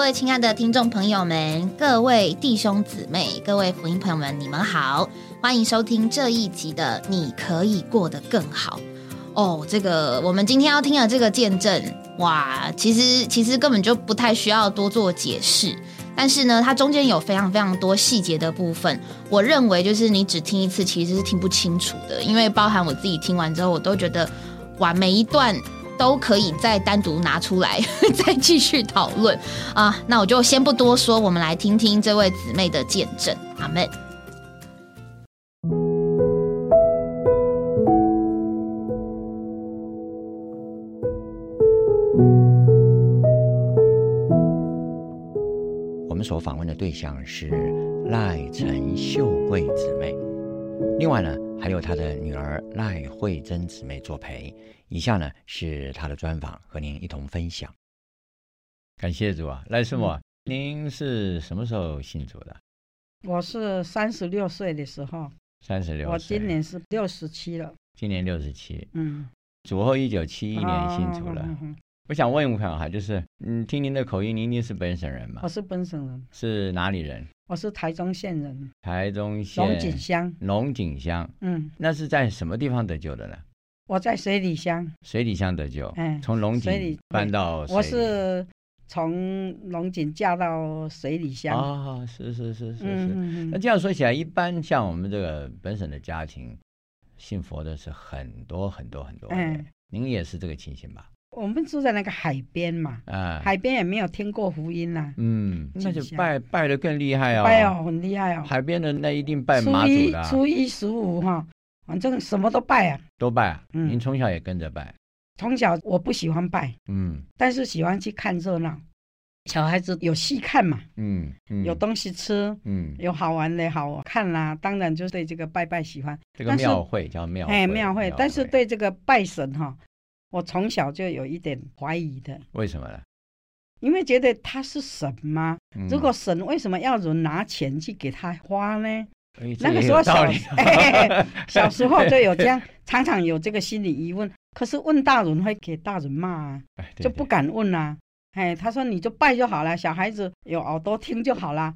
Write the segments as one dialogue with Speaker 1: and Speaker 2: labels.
Speaker 1: 位亲爱的听众朋友们，各位弟兄姊妹，各位福音朋友们，你们好，欢迎收听这一集的《你可以过得更好》哦。这个我们今天要听的这个见证，哇，其实其实根本就不太需要多做解释。但是呢，它中间有非常非常多细节的部分，我认为就是你只听一次其实是听不清楚的，因为包含我自己听完之后，我都觉得哇，每一段都可以再单独拿出来 再继续讨论啊。那我就先不多说，我们来听听这位姊妹的见证。阿门。
Speaker 2: 我们所访问的对象是赖陈秀桂姊妹，另外呢还有她的女儿赖慧珍姊妹作陪。以下呢是她的专访，和您一同分享。感谢主啊，赖师母啊，您是什么时候信主的？
Speaker 3: 我是三十六岁的时候，
Speaker 2: 三十六
Speaker 3: 我今年是六十七了。
Speaker 2: 今年六十七，
Speaker 3: 嗯，
Speaker 2: 主后一九七一年信主了。
Speaker 3: 嗯嗯嗯嗯
Speaker 2: 我想问一问哈，就是嗯，听您的口音，您一定是本省人嘛
Speaker 3: 我？是本省人，
Speaker 2: 是哪里人？
Speaker 3: 我是台中县人，
Speaker 2: 台中县
Speaker 3: 龙井乡。
Speaker 2: 龙井乡，
Speaker 3: 嗯，
Speaker 2: 那是在什么地方得救的呢？
Speaker 3: 我在水里乡，
Speaker 2: 水里乡得救，
Speaker 3: 哎
Speaker 2: 从龙
Speaker 3: 水
Speaker 2: 井
Speaker 3: 里
Speaker 2: 搬到哦水里
Speaker 3: 我是从龙井嫁到水里乡。
Speaker 2: 啊、是是是是是。
Speaker 3: 嗯嗯
Speaker 2: 那
Speaker 3: 嗯，
Speaker 2: 这样说起来，一般像我们这个本省的家庭，信佛的是很多很多很多的。
Speaker 3: 哎
Speaker 2: 您也是这个情形吧？
Speaker 3: 我们住在那个海边嘛，
Speaker 2: 啊，
Speaker 3: 海边也没有听过福音啦、
Speaker 2: 嗯，那就
Speaker 3: 景象
Speaker 2: 拜拜的更厉害哦。
Speaker 3: 拜哦，很厉害哦。
Speaker 2: 海边的那一定拜
Speaker 3: 初
Speaker 2: 妈祖
Speaker 3: 一
Speaker 2: 的啊、
Speaker 3: 初一十五哈，反正什么都拜啊。
Speaker 2: 都拜啊。
Speaker 3: 嗯
Speaker 2: 您从小也跟着拜，
Speaker 3: 从小我不喜欢拜，
Speaker 2: 嗯
Speaker 3: 但是喜欢去看热闹。小孩子有戏看嘛，
Speaker 2: 嗯嗯，
Speaker 3: 有东西吃，
Speaker 2: 嗯，
Speaker 3: 有好玩的好看啦、当然就对这个拜拜喜欢，
Speaker 2: 这个
Speaker 3: 但是
Speaker 2: 庙会叫庙会，
Speaker 3: 哎，庙会。但是对这个拜神哈、我从小就有一点怀疑的，
Speaker 2: 为什么呢？
Speaker 3: 因为觉得他是神吗？
Speaker 2: 嗯
Speaker 3: 如果神为什么要人拿钱去给他花呢？
Speaker 2: 哎这
Speaker 3: 那个
Speaker 2: 也
Speaker 3: 时候
Speaker 2: 有道
Speaker 3: 小
Speaker 2: 理
Speaker 3: 哎小时候就有这样，常常有这个心理疑问。可是问大人会给大人骂啊，
Speaker 2: 哎对
Speaker 3: 就不
Speaker 2: 对
Speaker 3: 敢问啦、哎，他说你就拜就好了，小孩子有耳朵听就好啦。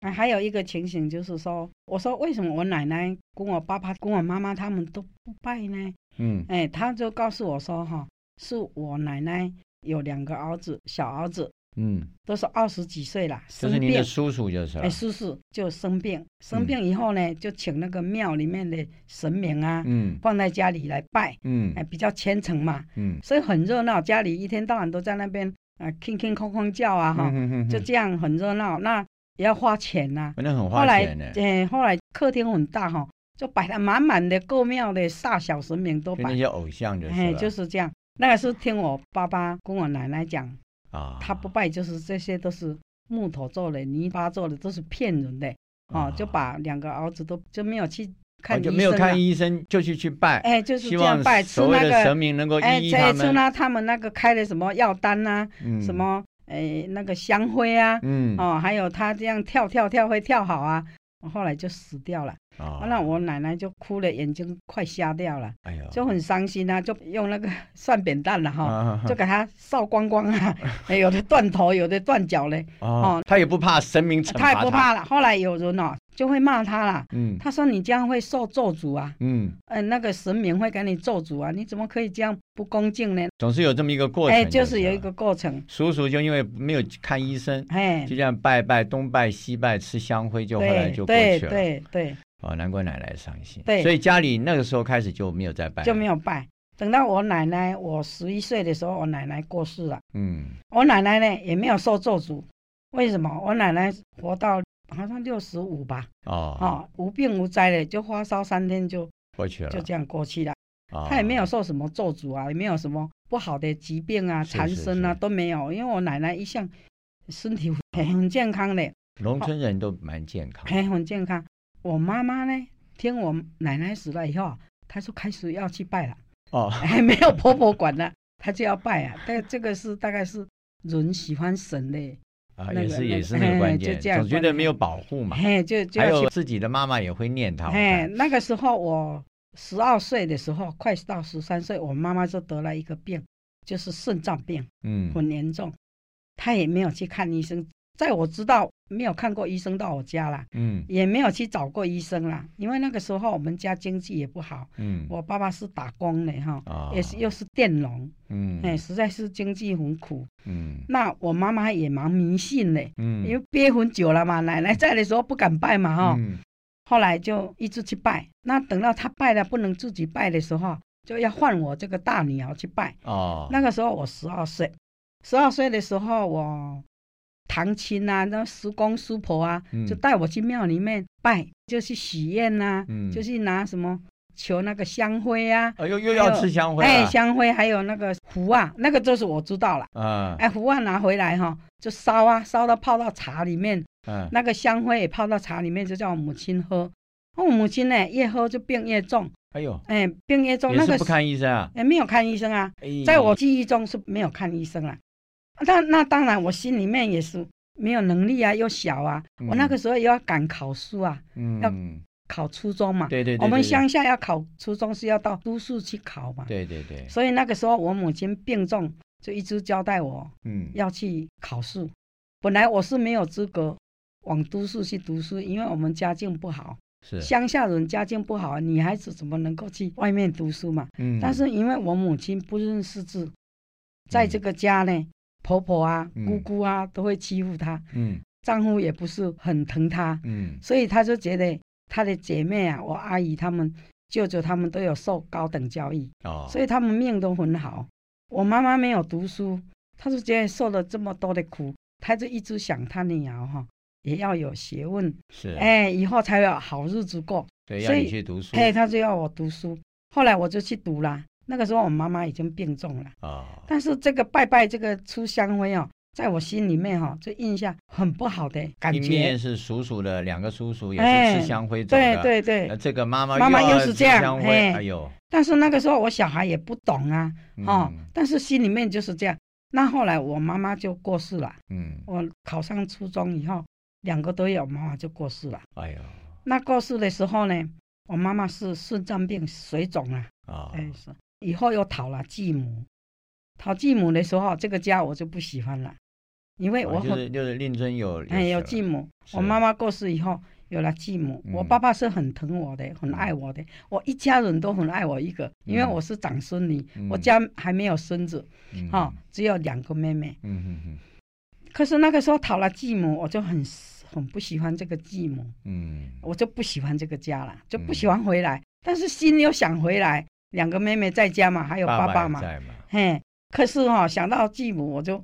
Speaker 3: 哎，还有一个情形就是说，我说为什么我奶奶跟我爸爸跟我妈妈他们都不拜呢？
Speaker 2: 嗯
Speaker 3: 哎，他就告诉我说哈，是我奶奶有两个儿子，小儿子
Speaker 2: 嗯，
Speaker 3: 都是二十几岁了，
Speaker 2: 就
Speaker 3: 生
Speaker 2: 是您的
Speaker 3: 病。
Speaker 2: 叔啊嗯叔就是了
Speaker 3: 哎，。叔叔就生病，生病以后呢，就请那个庙里面的神明啊，
Speaker 2: 嗯
Speaker 3: 放在家里来拜，
Speaker 2: 嗯
Speaker 3: 哎，比较虔诚嘛。
Speaker 2: 嗯，
Speaker 3: 所以很热闹，家里一天到晚都在那边啊，吭吭空空叫啊，哈、
Speaker 2: 嗯
Speaker 3: 就这样很热闹。那也要花钱呐、
Speaker 2: 那很
Speaker 3: 后
Speaker 2: 花
Speaker 3: 来
Speaker 2: 钱呢，，
Speaker 3: 哎，后来客厅很大哈、就摆了满满的各庙的大小神明都
Speaker 2: 就那
Speaker 3: 摆，
Speaker 2: 些偶像就是
Speaker 3: 哎，
Speaker 2: 了
Speaker 3: 就是这样。那个是听我爸爸跟我奶奶讲，
Speaker 2: 啊，
Speaker 3: 他不拜就是这些都是木头做的、泥巴做的，都是骗人的哦，就把两个儿子都就没有去看
Speaker 2: 啊哦
Speaker 3: 医
Speaker 2: 就
Speaker 3: 生、啊，
Speaker 2: 没有看医生就去去拜，
Speaker 3: 哎，就是
Speaker 2: 希
Speaker 3: 这
Speaker 2: 望
Speaker 3: 样拜，吃
Speaker 2: 所
Speaker 3: 那
Speaker 2: 谓的
Speaker 3: 个
Speaker 2: 神明能够
Speaker 3: 哎，
Speaker 2: 哦依依
Speaker 3: 这
Speaker 2: 他
Speaker 3: 一次
Speaker 2: 们，
Speaker 3: 呢，他们那个开的什么药单呐、
Speaker 2: 嗯
Speaker 3: 什么哎那个香灰啊，
Speaker 2: 嗯
Speaker 3: 哦，还有他这样跳跳跳会跳好啊，后来就死掉了。
Speaker 2: 哦
Speaker 3: 那我奶奶就哭了，眼睛快瞎掉了，
Speaker 2: 哎呦
Speaker 3: 就很伤心啊，就用那个蒜扁担了哈。
Speaker 2: 啊
Speaker 3: 就给他烧光光啊， 哎有的断头，有的断脚嘞，
Speaker 2: 哦，他也不怕神明惩罚
Speaker 3: 他也不，怕了。后来有人哦就会骂他了，
Speaker 2: 嗯
Speaker 3: 他说你这样会受咒诅啊，
Speaker 2: 嗯，
Speaker 3: 嗯、那个神明会给你咒诅啊，你怎么可以这样不恭敬呢？
Speaker 2: 总是有这么一个过程，
Speaker 3: 哎，就是有
Speaker 2: 了
Speaker 3: 一个过程，
Speaker 2: 叔叔就因为没有看医生，
Speaker 3: 哎
Speaker 2: 就，这样拜拜东拜西拜吃香灰，就后来
Speaker 3: 对
Speaker 2: 就过
Speaker 3: 对
Speaker 2: 去了，
Speaker 3: 对对，
Speaker 2: 哦，难怪奶奶伤心，
Speaker 3: 对
Speaker 2: 所以家里那个时候开始就没有再拜，
Speaker 3: 就没
Speaker 2: 有，
Speaker 3: 有拜。等到我奶奶，我十一岁的时候，我奶奶过世了。
Speaker 2: 嗯
Speaker 3: 我奶奶呢，也没有受咒诅。为什么？我奶奶活到好像六十五吧，
Speaker 2: 哦，
Speaker 3: 哦，无病无灾的，就发烧三天就
Speaker 2: 过去了，
Speaker 3: 就这样过去了。
Speaker 2: 哦
Speaker 3: 她也没有受什么咒诅啊，也没有什么不好的疾病啊、
Speaker 2: 是是
Speaker 3: 缠身啊
Speaker 2: 是
Speaker 3: 都没有。因为我奶奶一向身体很健 康的，
Speaker 2: 农村人都蛮健康的，
Speaker 3: 还很健康。我妈妈呢，听我奶奶死了以后啊，她就开始要去拜了。
Speaker 2: 哦，
Speaker 3: 还没有婆婆管呢，她就要拜啊。但这个是大概是人喜欢神的，
Speaker 2: 啊，
Speaker 3: 那
Speaker 2: 也
Speaker 3: 个
Speaker 2: 是也
Speaker 3: 那
Speaker 2: 是那个
Speaker 3: 哎
Speaker 2: 关
Speaker 3: 就
Speaker 2: 键，
Speaker 3: 这样
Speaker 2: 总觉
Speaker 3: 观
Speaker 2: 得
Speaker 3: 念
Speaker 2: 没有保护嘛。
Speaker 3: 嘿，就就
Speaker 2: 还
Speaker 3: 要
Speaker 2: 有
Speaker 3: 去。
Speaker 2: 自己的妈妈也会念他，我
Speaker 3: 嘿，
Speaker 2: 看
Speaker 3: 那个时候我十二岁的时候，快到十三岁，我妈妈就得了一个病，就是肾脏病，
Speaker 2: 嗯
Speaker 3: 很严重。他也没有去看医生，在我知道没有看过医生到我家啦，
Speaker 2: 嗯
Speaker 3: 也没有去找过医生啦，因为那个时候我们家经济也不好，
Speaker 2: 嗯，
Speaker 3: 我爸爸是打工的哈，
Speaker 2: 啊
Speaker 3: 也是又是佃农，
Speaker 2: 嗯
Speaker 3: 哎、实在是经济很苦。
Speaker 2: 嗯
Speaker 3: 那我妈妈也蛮迷信的，
Speaker 2: 嗯，
Speaker 3: 因为憋很久了嘛，奶奶在的时候不敢拜嘛哈、
Speaker 2: 嗯
Speaker 3: 后来就一直去拜。那等到她拜了不能自己拜的时候，就要换我这个大女儿去拜。
Speaker 2: 哦，
Speaker 3: 那个时候我十二岁，十二岁的时候我堂亲啊，那叔公叔婆啊，
Speaker 2: 嗯
Speaker 3: 就带我去庙里面拜，就去许愿呐、
Speaker 2: 嗯
Speaker 3: 就去拿什么求那个香灰啊，
Speaker 2: 哎呦又要吃香灰
Speaker 3: 哎，
Speaker 2: 了，
Speaker 3: 香灰还有那个符啊，那个就是我知道了。
Speaker 2: 啊
Speaker 3: 哎，符啊拿回来哈、就烧啊，烧到泡到茶里面，
Speaker 2: 嗯
Speaker 3: 那个香灰也泡到茶里面，就叫我母亲喝。那我母亲呢，越喝就病越重，
Speaker 2: 哎呦
Speaker 3: 哎，病越重，
Speaker 2: 也
Speaker 3: 那
Speaker 2: 是
Speaker 3: 个
Speaker 2: 不看医生啊，
Speaker 3: 哎没有看医生啊，
Speaker 2: 哎
Speaker 3: 在我记忆中是没有看医生啦。那那当然，我心里面也是没有能力啊，又小啊，我那
Speaker 2: 嗯
Speaker 3: 个时候也要赶考书啊，要
Speaker 2: 嗯
Speaker 3: 考初中嘛。
Speaker 2: 对对对
Speaker 3: 我们
Speaker 2: 对对
Speaker 3: 乡下要考初中是要到都市去考嘛。。
Speaker 2: 对对对，
Speaker 3: 所以那个时候我母亲病重，就一直交代我
Speaker 2: 嗯
Speaker 3: 要去考试。本来我是没有资格往都市去读书，因为我们家境不好，
Speaker 2: 是，
Speaker 3: 乡下人家境不好，女孩子怎么能够去外面读书嘛？
Speaker 2: 嗯
Speaker 3: 但是因为我母亲不认识字，在这个家呢，婆婆啊、
Speaker 2: 嗯
Speaker 3: 姑姑啊都会欺负她，
Speaker 2: 嗯
Speaker 3: 丈夫也不是很疼她，
Speaker 2: 嗯
Speaker 3: 所以她就觉得她的姐妹啊、我阿姨她们、舅舅她们都有受高等教育，
Speaker 2: 哦，
Speaker 3: 所以她们命都很好。我妈妈没有读书，她就觉得受了这么多的苦，她就一直想她女儿哈也要有学问，
Speaker 2: 是
Speaker 3: 哎，以后才有好日子过。
Speaker 2: 对要
Speaker 3: 所
Speaker 2: 你
Speaker 3: 以
Speaker 2: 去读书
Speaker 3: 嘿，他就要我读书，后来我就去读啦。那个时候我妈妈已经病重了，
Speaker 2: 哦，
Speaker 3: 但是这个拜拜这个出香灰哦，在我心里面哈、就印象很不好的感
Speaker 2: 一面
Speaker 3: 觉。
Speaker 2: 是叔叔的，两个叔叔也是
Speaker 3: 哎
Speaker 2: 吃香灰走
Speaker 3: 对
Speaker 2: 的，
Speaker 3: 对
Speaker 2: 呃，
Speaker 3: 对，
Speaker 2: 这个妈妈
Speaker 3: 妈妈
Speaker 2: 又
Speaker 3: 又
Speaker 2: 要
Speaker 3: 是
Speaker 2: 吃
Speaker 3: 这样
Speaker 2: 香灰，
Speaker 3: 嘿
Speaker 2: 哎呦，
Speaker 3: 但是那个时候我小孩也不懂啊，哦，
Speaker 2: 嗯
Speaker 3: 但是心里面就是这样。那后来我妈妈就过世了，
Speaker 2: 嗯，
Speaker 3: 我考上初中以后，两个都有，妈妈就过世了。
Speaker 2: 哎呦
Speaker 3: 那过世的时候呢，我妈妈是肾脏病水肿啊，
Speaker 2: 啊，
Speaker 3: 哎，是以后又讨了继母，讨继母的时候，这个家我就不喜欢了，因为我
Speaker 2: 哦
Speaker 3: 很、
Speaker 2: 就是就是令尊有
Speaker 3: 哎有
Speaker 2: 有
Speaker 3: 继
Speaker 2: 进
Speaker 3: 母，
Speaker 2: 是
Speaker 3: 我妈妈过世以后有了继母，我
Speaker 2: 嗯
Speaker 3: 爸爸是很疼我的，很爱我的，我一家人都很爱我一个，因为
Speaker 2: 嗯
Speaker 3: 我是长孙女，我
Speaker 2: 嗯
Speaker 3: 家哦还没有孙子哈、只有两个妹妹。
Speaker 2: 嗯嗯嗯
Speaker 3: 可是那个时候讨了继母，我就很很不喜欢这个继母，
Speaker 2: 嗯
Speaker 3: 我就不喜欢这个家了，就不
Speaker 2: 嗯
Speaker 3: 喜欢回来，但是心又想回来。两个妹妹在家嘛，还有
Speaker 2: 嗯，
Speaker 3: 爸
Speaker 2: 爸
Speaker 3: 爸
Speaker 2: 也
Speaker 3: 嘛，
Speaker 2: 在嘛，
Speaker 3: 嘿，可是哈、想到继母我就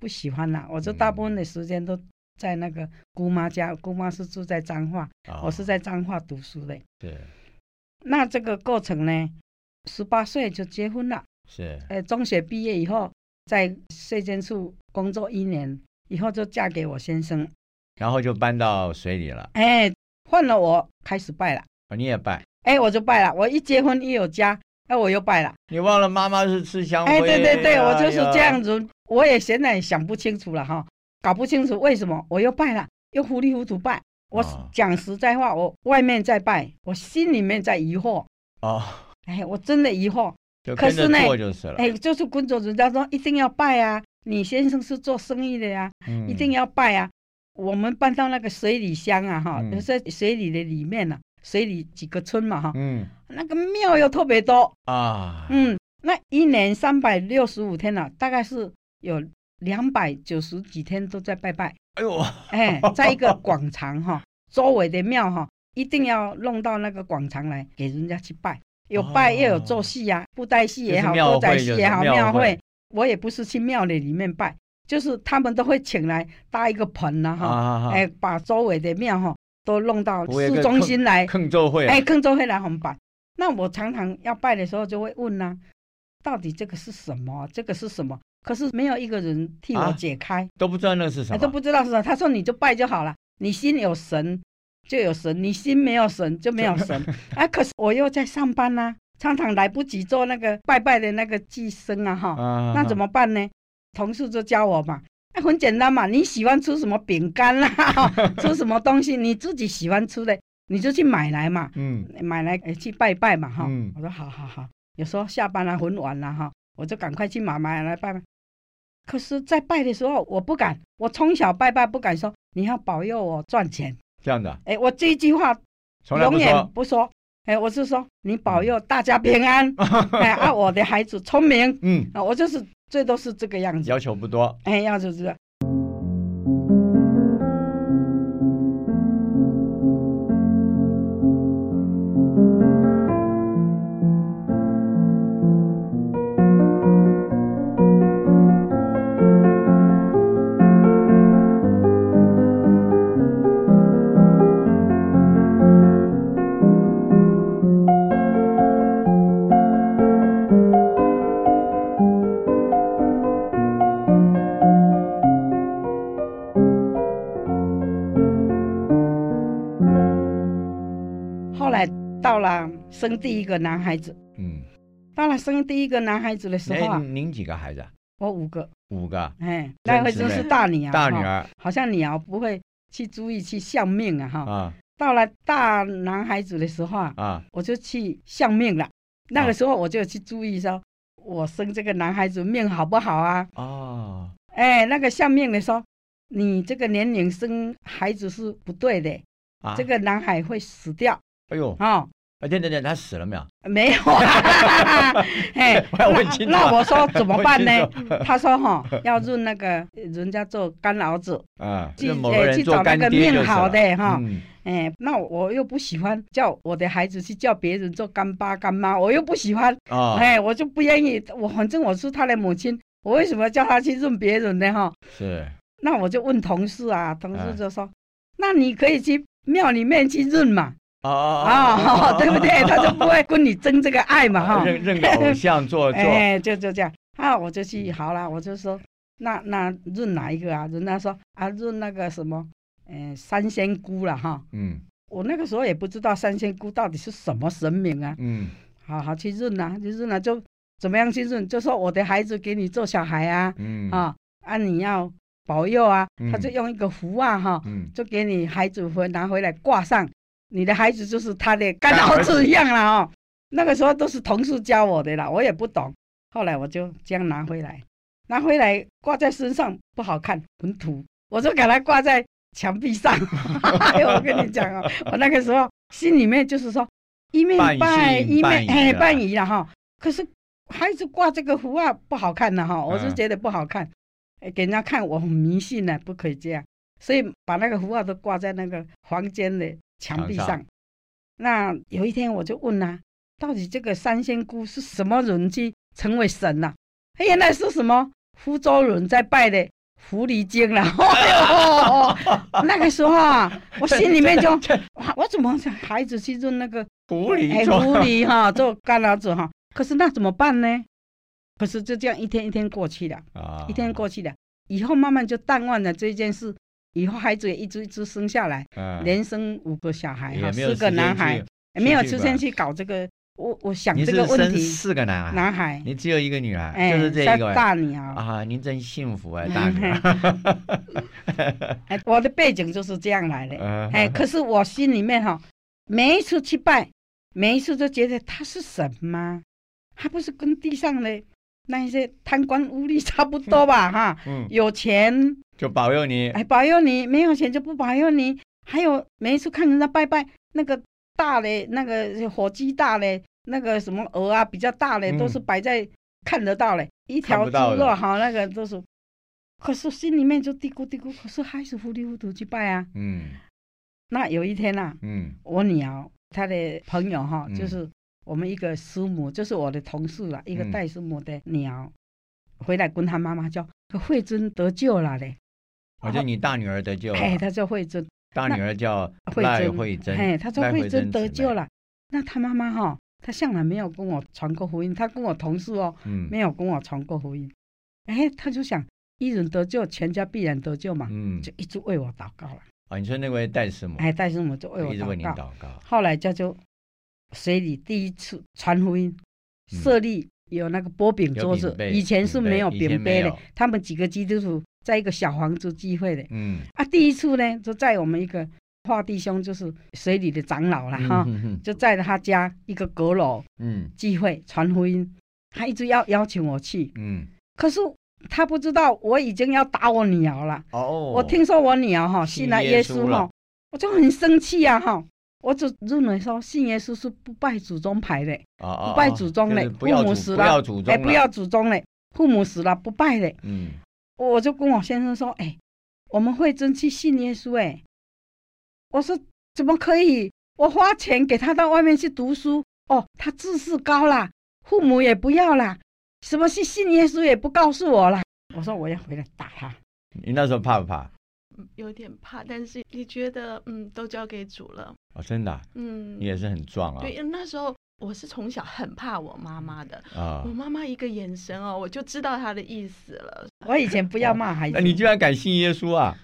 Speaker 3: 不喜欢啦，我就大部分的时间都在那个姑妈家，姑妈是住在彰化，
Speaker 2: 哦
Speaker 3: 我是在彰化读书的。
Speaker 2: 是
Speaker 3: 那这个过程呢，十八岁就结婚了，
Speaker 2: 是
Speaker 3: 呃，中学毕业以后，在税监处工作一年，以后就嫁给我先生，
Speaker 2: 然后就搬到水里了，
Speaker 3: 哎，换了我开始拜了，
Speaker 2: 哦你也拜，
Speaker 3: 哎，我就拜了，我一结婚一有家，哎，我又拜了。
Speaker 2: 你忘了妈妈是吃香灰，
Speaker 3: 哎，对对对，
Speaker 2: 哎
Speaker 3: 我
Speaker 2: 呀
Speaker 3: 就是这样，子，我也现在也想不清楚了哈，搞不清楚为什么我又拜了，又糊里糊涂拜。我
Speaker 2: 哦
Speaker 3: 讲实在话，我外面在拜，我心里面在疑惑。
Speaker 2: 哦，
Speaker 3: 哎，我真的疑惑。
Speaker 2: 就
Speaker 3: 可
Speaker 2: 跟
Speaker 3: 是
Speaker 2: 着
Speaker 3: 呢
Speaker 2: 做就是了，
Speaker 3: 哎，就是跟着人家说一定要拜啊，你先生是做生意的呀、
Speaker 2: 嗯
Speaker 3: 一定要拜啊。我们搬到那个水里乡啊，哈，
Speaker 2: 嗯
Speaker 3: 有时候水里的里面呢、啊，水里几个村嘛，哈，
Speaker 2: 嗯
Speaker 3: 那个庙又特别多，
Speaker 2: 啊，
Speaker 3: 嗯，那一年三百六十五天了、大概是有两百九十几天都在拜拜。
Speaker 2: 哎呦，
Speaker 3: 哎，在一个广场哈、周围的庙哈、一定要弄到那个广场来给人家去拜，有拜
Speaker 2: 哦
Speaker 3: 又有做戏啊，布袋戏也好，
Speaker 2: 就是庙会
Speaker 3: 歌仔戏也好，
Speaker 2: 就是庙
Speaker 3: 庙
Speaker 2: 会
Speaker 3: 会。我也不是去庙里里面拜，就是他们都会请来搭一个棚呐、哈、
Speaker 2: 啊，
Speaker 3: 哎，把周围的庙哈、都弄到
Speaker 2: 我有一
Speaker 3: 市
Speaker 2: 个
Speaker 3: 中
Speaker 2: 坑
Speaker 3: 心来，
Speaker 2: 坑咒会，啊
Speaker 3: 哎，坑州黑蓝红板。那我常常要拜的时候就会问呐、到底这个是什么？啊这个是什么？可是没有一个人替
Speaker 2: 啊
Speaker 3: 我解开，
Speaker 2: 都不知道那是什
Speaker 3: 哎
Speaker 2: 么，
Speaker 3: 都不知道是什么。他说你就拜就好了，你心有神就有神，你心没有神就没有神。啊，可是我又在上班呐、常常来不及做那个拜拜的那个祭牲啊哈，
Speaker 2: 啊，
Speaker 3: 那怎么办呢？同事就教我嘛。哎，很简单嘛，你喜欢吃什么饼干啦、 吃什么东西，你自己喜欢吃的，你就去买来嘛。
Speaker 2: 嗯
Speaker 3: 买来诶去拜拜嘛哈。
Speaker 2: 嗯
Speaker 3: 啊我说好好好，有时候下班了、很晚了哈，我就赶快去买买来拜拜。可是，在拜的时候，我不敢，我从小拜拜不敢说你要保佑我赚钱。
Speaker 2: 这样的，
Speaker 3: 哎，我这一句话
Speaker 2: 从来
Speaker 3: 永
Speaker 2: 不
Speaker 3: 远
Speaker 2: 说。
Speaker 3: 不说。哎，我是说你保佑大家平安。 哎，啊，我的孩子聪明
Speaker 2: 嗯，
Speaker 3: 啊，我就是最多是这个 样子。
Speaker 2: 要求不多。
Speaker 3: 哎，要是这样，后来到了生第一个男孩子，
Speaker 2: 嗯，
Speaker 3: 到了生第一个男孩子的时候
Speaker 2: 哎，
Speaker 3: 啊，
Speaker 2: 您几个孩子？啊？
Speaker 3: 我五个，
Speaker 2: 五个，
Speaker 3: 哎，那会真是大女儿，
Speaker 2: 大女
Speaker 3: 哈，
Speaker 2: 儿
Speaker 3: 好像你啊不会去注意去相命啊哈。
Speaker 2: 啊
Speaker 3: 到了大男孩子的时候啊，
Speaker 2: 啊，
Speaker 3: 我就去相命了。那个时候我就去注意说，我生这个男孩子命好不好啊？
Speaker 2: 哦，
Speaker 3: 哎，那个相命的说，你这个年龄生孩子是不对的，
Speaker 2: 啊，
Speaker 3: 这，个男孩会死掉
Speaker 2: 哎呦，
Speaker 3: 哦。
Speaker 2: 哎，对对对，他死了没有？，
Speaker 3: 没有啊，哎
Speaker 2: 我要问清楚啊
Speaker 3: 那那我说怎么 办
Speaker 2: 我
Speaker 3: 呢
Speaker 2: 清楚？
Speaker 3: 他说哈、要润那个人家做干老子，
Speaker 2: 啊，
Speaker 3: 去
Speaker 2: 就某个
Speaker 3: 哎
Speaker 2: 人
Speaker 3: 去
Speaker 2: 做
Speaker 3: 找那
Speaker 2: 干
Speaker 3: 个
Speaker 2: 爹就
Speaker 3: 命
Speaker 2: 是
Speaker 3: 好
Speaker 2: 了
Speaker 3: 的哈，
Speaker 2: 嗯
Speaker 3: 哎，那我又不喜欢叫我的孩子去叫别人做干爸干妈，我又不喜欢，
Speaker 2: 哦，
Speaker 3: 哎，我就不愿意，我反正我是他的母亲，我为什么叫他去润别人呢？哈，
Speaker 2: 是
Speaker 3: 那我就问同事啊，同事
Speaker 2: 嗯
Speaker 3: 就说，那你可以去庙里面去润嘛，
Speaker 2: 哦哦
Speaker 3: 啊、 对不对？他就不会跟你争这个爱嘛，哈。
Speaker 2: 啊认认个偶像做做，
Speaker 3: 哎，就就这样啊，我就去好了，我就说那那润哪一个啊？人家说啊润那个什么，嗯、三仙姑了哈。
Speaker 2: 嗯
Speaker 3: 我那个时候也不知道三仙姑到底是什么神明啊，
Speaker 2: 嗯
Speaker 3: 好好去润啊，去润啊，就怎么样去润？就说我的孩子给你做小孩啊，
Speaker 2: 嗯，
Speaker 3: 啊啊你要保佑啊，他就
Speaker 2: 嗯
Speaker 3: 用一个符啊哈，
Speaker 2: 嗯，
Speaker 3: 就给你孩子回拿回来挂上，你的孩子就是他的干
Speaker 2: 干
Speaker 3: 儿
Speaker 2: 儿
Speaker 3: 子
Speaker 2: 子
Speaker 3: 一样了哦。那个时候都是同事教我的啦，我也不懂，后来我就这样拿回来，拿回来挂在身上不好看，很土，我就给它挂在墙壁上。 哎呦，我跟你讲哦，我那个时候心里面就是说，一面
Speaker 2: 半
Speaker 3: 拜
Speaker 2: 信
Speaker 3: 一面
Speaker 2: 半疑啊
Speaker 3: 哎
Speaker 2: 啦
Speaker 3: 半疑了哈，可是孩子挂这个符啊不好看了哈，我就
Speaker 2: 嗯
Speaker 3: 觉得不好看，哎给人家看我很迷信呢，不可以这样。所以把那个符号都挂在那个房间的墙壁上。
Speaker 2: 墙上
Speaker 3: 那有一天我就问啊，到底这个三仙姑是什么人去成为神呐、哎原来是什么福州人在拜的狐狸精了。 哎呦，那个时候啊，我心里 面就，哇我怎么孩子去认那个
Speaker 2: 狐狸
Speaker 3: 哎
Speaker 2: 做
Speaker 3: 狐 狸哈、做干儿子哈、可是那怎么办呢？可是就这样一天一天过去了。
Speaker 2: 啊
Speaker 3: 一天过去了，以后慢慢就淡忘了这件事。以后孩子也一只一只生下来，
Speaker 2: 嗯
Speaker 3: 连生五个小孩哈，
Speaker 2: 也没有
Speaker 3: 四个
Speaker 2: 时间
Speaker 3: 男孩
Speaker 2: 去，
Speaker 3: 也没有
Speaker 2: 去
Speaker 3: 时
Speaker 2: 管
Speaker 3: 间去搞这个。我我想
Speaker 2: 您
Speaker 3: 这
Speaker 2: 是
Speaker 3: 个问
Speaker 2: 生
Speaker 3: 题，
Speaker 2: 四个男孩，
Speaker 3: 男孩，
Speaker 2: 您只有一个女儿，
Speaker 3: 哎，
Speaker 2: 啊就是这
Speaker 3: 像
Speaker 2: 一个
Speaker 3: 大你啊，
Speaker 2: 啊，您真幸福哎，
Speaker 3: 嗯
Speaker 2: 大女
Speaker 3: 哎，我的背景就是这样来的。
Speaker 2: 儿，
Speaker 3: 哎，可是我心里面哈，每一次去拜，每一次都觉得他是神吗？还不是跟地上的那一些贪官污吏差不多 吧？哈，
Speaker 2: 嗯，
Speaker 3: 有钱
Speaker 2: 就保佑你，
Speaker 3: 哎，保佑你，没有钱就不保佑你。还有每一次看人家拜拜，那个大嘞，那个火鸡大嘞，那个什么鹅啊比较大嘞，都
Speaker 2: 嗯
Speaker 3: 是摆在看得到嘞，一
Speaker 2: 看
Speaker 3: 条
Speaker 2: 不
Speaker 3: 猪
Speaker 2: 到
Speaker 3: 肉
Speaker 2: 的
Speaker 3: 好那个都是。可是心里面就嘀咕嘀咕，可是还是糊里糊涂去拜啊。
Speaker 2: 嗯
Speaker 3: 那有一天啊，
Speaker 2: 嗯
Speaker 3: 我女儿她的朋友哈，就
Speaker 2: 嗯
Speaker 3: 是我们一个师母，就是我的同事了，一个
Speaker 2: 嗯
Speaker 3: 戴师母的女儿，回来跟她妈妈叫慧珍得救了嘞，
Speaker 2: 我觉得你大女儿得救了，
Speaker 3: 哎，她叫慧珍。
Speaker 2: 大女儿叫赖慧珍，
Speaker 3: 哎，他说
Speaker 2: 赖
Speaker 3: 慧珍
Speaker 2: 珍
Speaker 3: 得
Speaker 2: 姊妹
Speaker 3: 救，了。那他妈妈哈、他向来没有跟我传过福音，他跟我同事哦，
Speaker 2: 嗯
Speaker 3: 没有跟我传过福音。哎，他就想一人得救，全家必然得救嘛，
Speaker 2: 嗯
Speaker 3: 就一直为我祷告了。
Speaker 2: 啊，你说那位戴师母，
Speaker 3: 哎，但是我就为我
Speaker 2: 一直为
Speaker 3: 祷
Speaker 2: 您
Speaker 3: 告。
Speaker 2: 祷告，
Speaker 3: 后来这就水里第一次传福音，
Speaker 2: 嗯
Speaker 3: 设立有那个波饼桌
Speaker 2: 有
Speaker 3: 子
Speaker 2: 饼，杯
Speaker 3: 以前是没有
Speaker 2: 饼杯以前
Speaker 3: 饼杯
Speaker 2: 没
Speaker 3: 的
Speaker 2: 有，
Speaker 3: 他们几个基督徒在一个小房子聚会的。
Speaker 2: 嗯，
Speaker 3: 啊，第一次呢，就在我们一个华弟兄，就是水里的长老了哈，
Speaker 2: 嗯哼
Speaker 3: 就在他家一个阁楼
Speaker 2: 嗯
Speaker 3: 聚会传福音，他一直要邀请我去，
Speaker 2: 嗯
Speaker 3: 可是他不知道我已经要打我女儿了。
Speaker 2: 哦，
Speaker 3: 我听说我女儿哈
Speaker 2: 信
Speaker 3: 信了耶
Speaker 2: 耶
Speaker 3: 稣
Speaker 2: 稣了
Speaker 3: 哈，我就很生气呀、哈。我就认为说信耶稣是不拜祖宗牌的，
Speaker 2: 哦哦
Speaker 3: 不拜祖宗
Speaker 2: 哦
Speaker 3: 嘞
Speaker 2: 就是不
Speaker 3: 父
Speaker 2: 要
Speaker 3: 母
Speaker 2: 祖
Speaker 3: 死
Speaker 2: 不
Speaker 3: 了
Speaker 2: 要祖宗
Speaker 3: 哎，
Speaker 2: 了
Speaker 3: 不要祖宗嘞，父母死了不拜嘞。
Speaker 2: 嗯，
Speaker 3: 我就跟我先生说，哎，我们会真去信耶稣哎。我说怎么可以？我花钱给他到外面去读书哦，他自视高啦，父母也不要啦，什么是信耶稣也不告诉我啦。我说我要回来打他。
Speaker 2: 你那时候怕不怕？
Speaker 4: 嗯有点怕，但是也觉得嗯，都交给主了，
Speaker 2: 哦，真的啊、
Speaker 4: 嗯，
Speaker 2: 你也是很壮啊
Speaker 4: 对，因为那时候我是从小很怕我妈妈的，
Speaker 2: 啊
Speaker 4: 我！
Speaker 3: 嗯
Speaker 4: 妈妈一个眼神哦，我就知道她的意思了，
Speaker 3: 我以前 不要骂孩子，
Speaker 2: 哦那你居然敢信耶稣啊？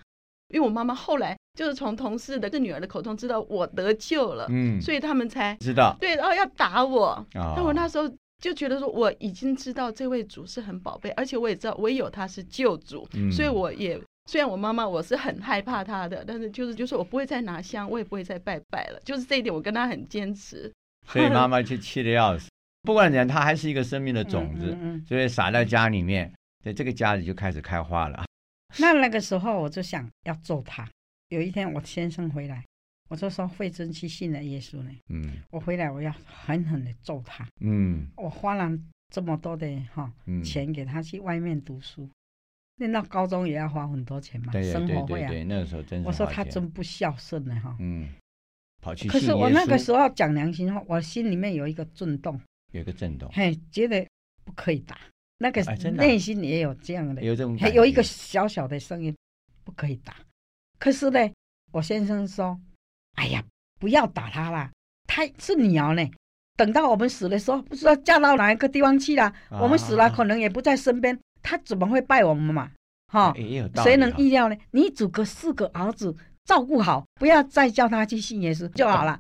Speaker 4: 因为我妈妈后来就是从同事的这女儿的口中知道我得救
Speaker 3: 呃
Speaker 4: 了，
Speaker 2: 嗯，
Speaker 4: 所以他们才
Speaker 2: 知道
Speaker 4: 对，然后要打我，
Speaker 2: 啊。
Speaker 4: 但我那时候就觉得说，我已经知道这位主是很宝贝，而且我也知道唯有他是救主，
Speaker 2: 嗯
Speaker 4: 所以我也虽然我妈妈我是很害怕她的，但是就是就是我不会再拿香，我也不会再拜拜了，就是这一点我跟她很坚持。
Speaker 2: 所以妈 妈就气得要死。不管怎样，它还是一个生命的种子，
Speaker 3: 嗯嗯嗯
Speaker 2: 所以撒在家里面，在这个家里就开始开花了。
Speaker 3: 那那个时候我就想要揍他。有一天我先生回来，我就说慧珍去信了耶稣呢，
Speaker 2: 嗯
Speaker 3: 我回来我要狠狠的揍他。
Speaker 2: 嗯
Speaker 3: 我花了这么多的哈
Speaker 2: 嗯，
Speaker 3: 钱给他去外面读书，念到高中也要花很多钱嘛，
Speaker 2: 对对
Speaker 3: 生
Speaker 2: 对
Speaker 3: 活费
Speaker 2: 对
Speaker 3: 啊。
Speaker 2: 对，那个时候真是
Speaker 3: 我说
Speaker 2: 好
Speaker 3: 他
Speaker 2: 险
Speaker 3: 真不孝顺呢哈。
Speaker 2: 嗯，跑去
Speaker 3: 可
Speaker 2: 信
Speaker 3: 是
Speaker 2: 耶
Speaker 3: 我那个
Speaker 2: 稣
Speaker 3: 时候讲良心话，我心里面有一个震动，
Speaker 2: 有一个震动，
Speaker 3: 嘿，觉得不可以打。那个
Speaker 2: 哎真的啊
Speaker 3: 内心也有这样的，
Speaker 2: 有这种
Speaker 3: 还
Speaker 2: 感
Speaker 3: 有一个
Speaker 2: 觉
Speaker 3: 小小的声音，不可以打。可是呢，我先生说：“哎呀，不要打他啦，他是鸟呢。等到我们死的时候，不知道嫁到哪一个地方去了。我们死了，
Speaker 2: 啊
Speaker 3: 可能也不在身边，他怎么会拜我们嘛？哈、
Speaker 2: 也也哎有道理啊
Speaker 3: 谁能
Speaker 2: 哈
Speaker 3: 意料呢？你组个四个儿子，照顾好，不要再叫他去信耶稣就好了，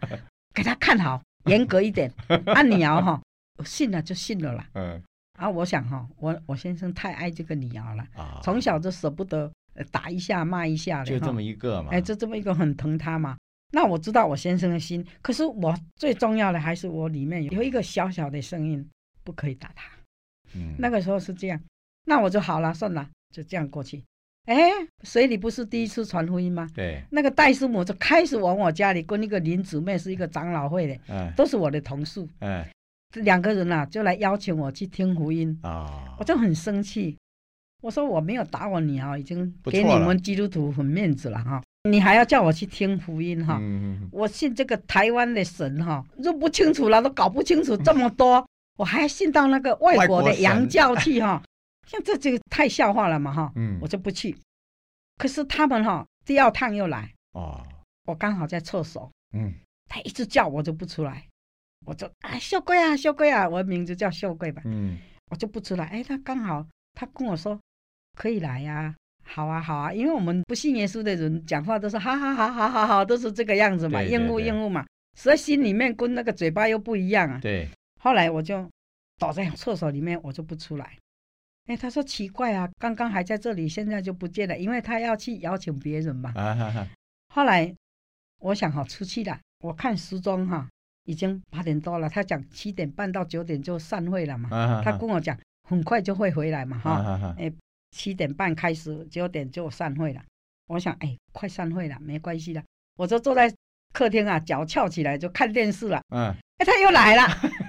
Speaker 3: 给他看好，严格 一点。啊，鸟哈、信了就信了啦。
Speaker 2: 嗯
Speaker 3: 啊，我想哈、我我先生太爱这个鸟了。”
Speaker 2: 啊，
Speaker 3: 从小就舍不得呃打一下骂一下的，
Speaker 2: 就这么
Speaker 3: 一
Speaker 2: 一个嘛，
Speaker 3: 哎，就这么一个很疼他嘛。那我知道我先生的心，可是我最重要的还是我里面有有一个小小的声音，不可以打他。
Speaker 2: 嗯
Speaker 3: 那个时候是这样，那我就好了，算了，就这样过去。哎，水里不是第一次传福音吗？
Speaker 2: 对，
Speaker 3: 那个戴师母就开始往我家里跟那个林姊妹是一个长老会的，
Speaker 2: 嗯
Speaker 3: 都是我的同事，
Speaker 2: 嗯
Speaker 3: 这两个人啊就来邀请我去听福音。
Speaker 2: 啊，
Speaker 3: 我就很生气，我说我没有打我女儿，已经
Speaker 2: 不
Speaker 3: 给
Speaker 2: 错
Speaker 3: 你
Speaker 2: 了
Speaker 3: 们基督徒很面子了哈，你还要叫我去听福音哈？
Speaker 2: 嗯嗯
Speaker 3: 我信这个台湾的神哈，都不清楚了，都搞不清楚这么多，我还信到那个外国
Speaker 2: 外国
Speaker 3: 的
Speaker 2: 神
Speaker 3: 洋教去哈，像这这个太笑话了嘛哈，
Speaker 2: 嗯
Speaker 3: 我就不去。可是他们哈第二趟又来，
Speaker 2: 哦
Speaker 3: 我刚好在厕所，
Speaker 2: 嗯
Speaker 3: 他一直叫我就不出来，我就啊秀贵啊秀贵啊，我的名字叫秀贵吧，
Speaker 2: 嗯
Speaker 3: 我就不出来。哎，他刚好他跟我说可以来呀、好啊好啊，因为我们不信耶稣的人讲话都是哈哈哈哈哈哈，都是这个样子嘛，
Speaker 2: 对对
Speaker 3: 厌恶
Speaker 2: 对
Speaker 3: 厌恶嘛，所以心里面跟那个嘴巴又不一样啊。
Speaker 2: 对
Speaker 3: 后来我就躲在厕所里面，我就不出来。哎，他说奇怪啊，刚刚还在这里，现在就不见了，因为他要去邀请别人嘛。
Speaker 2: 啊哈哈
Speaker 3: 后来我想好出去了，我看时钟哈、已经八点多了，他讲七点半到九点就散会了嘛。
Speaker 2: 啊哈啊
Speaker 3: 他跟我讲很快就会回来嘛，
Speaker 2: 哈
Speaker 3: 哈，哎
Speaker 2: 哈哈
Speaker 3: 七点半开始，九点就散会了。我想，哎，快散会了，没关系的。我就坐在客厅啊，脚翘起来就看电视了。
Speaker 2: 嗯
Speaker 3: 哎，他又 来了，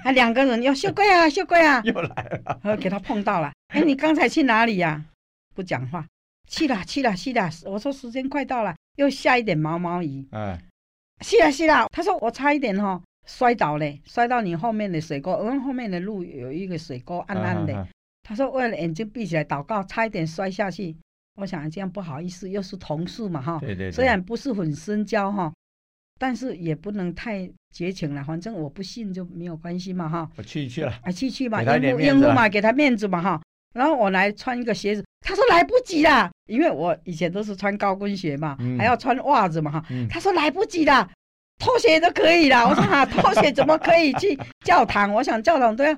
Speaker 3: 啊，两个人又秀贵啊，秀贵啊，
Speaker 2: 又来了，
Speaker 3: 然后给他碰到了。哎，你刚才去哪里呀、啊不讲话，去了去了去了。我说时间快到了，又下一点毛毛雨。
Speaker 2: 嗯
Speaker 3: 是啊是啊，他说我差一点哈、哦、摔倒嘞，摔到你后面的水沟，嗯，后面的路有一个水沟，暗暗的。
Speaker 2: 啊哈哈
Speaker 3: 他说为了眼睛闭起来祷告，差一点摔下去。我想这样不好意思，又是同事嘛哈，
Speaker 2: 对对对
Speaker 3: 虽然不是很深交哈，但是也不能太绝情了，反正我不信就没有关系嘛哈。
Speaker 2: 我去去了，
Speaker 3: 啊，去去嘛，
Speaker 2: 给他一点
Speaker 3: 应付
Speaker 2: 面
Speaker 3: 应
Speaker 2: 子啊
Speaker 3: 付
Speaker 2: 啦
Speaker 3: 嘛，给他面子嘛哈。然后我来穿一个鞋子，他说来不及啦，因为我以前都是穿高跟鞋嘛，
Speaker 2: 嗯
Speaker 3: 还要穿袜子嘛哈。
Speaker 2: 嗯
Speaker 3: 他说来不及啦，拖鞋都可以啦。我说哈、拖鞋怎么可以去教堂？我想教堂都要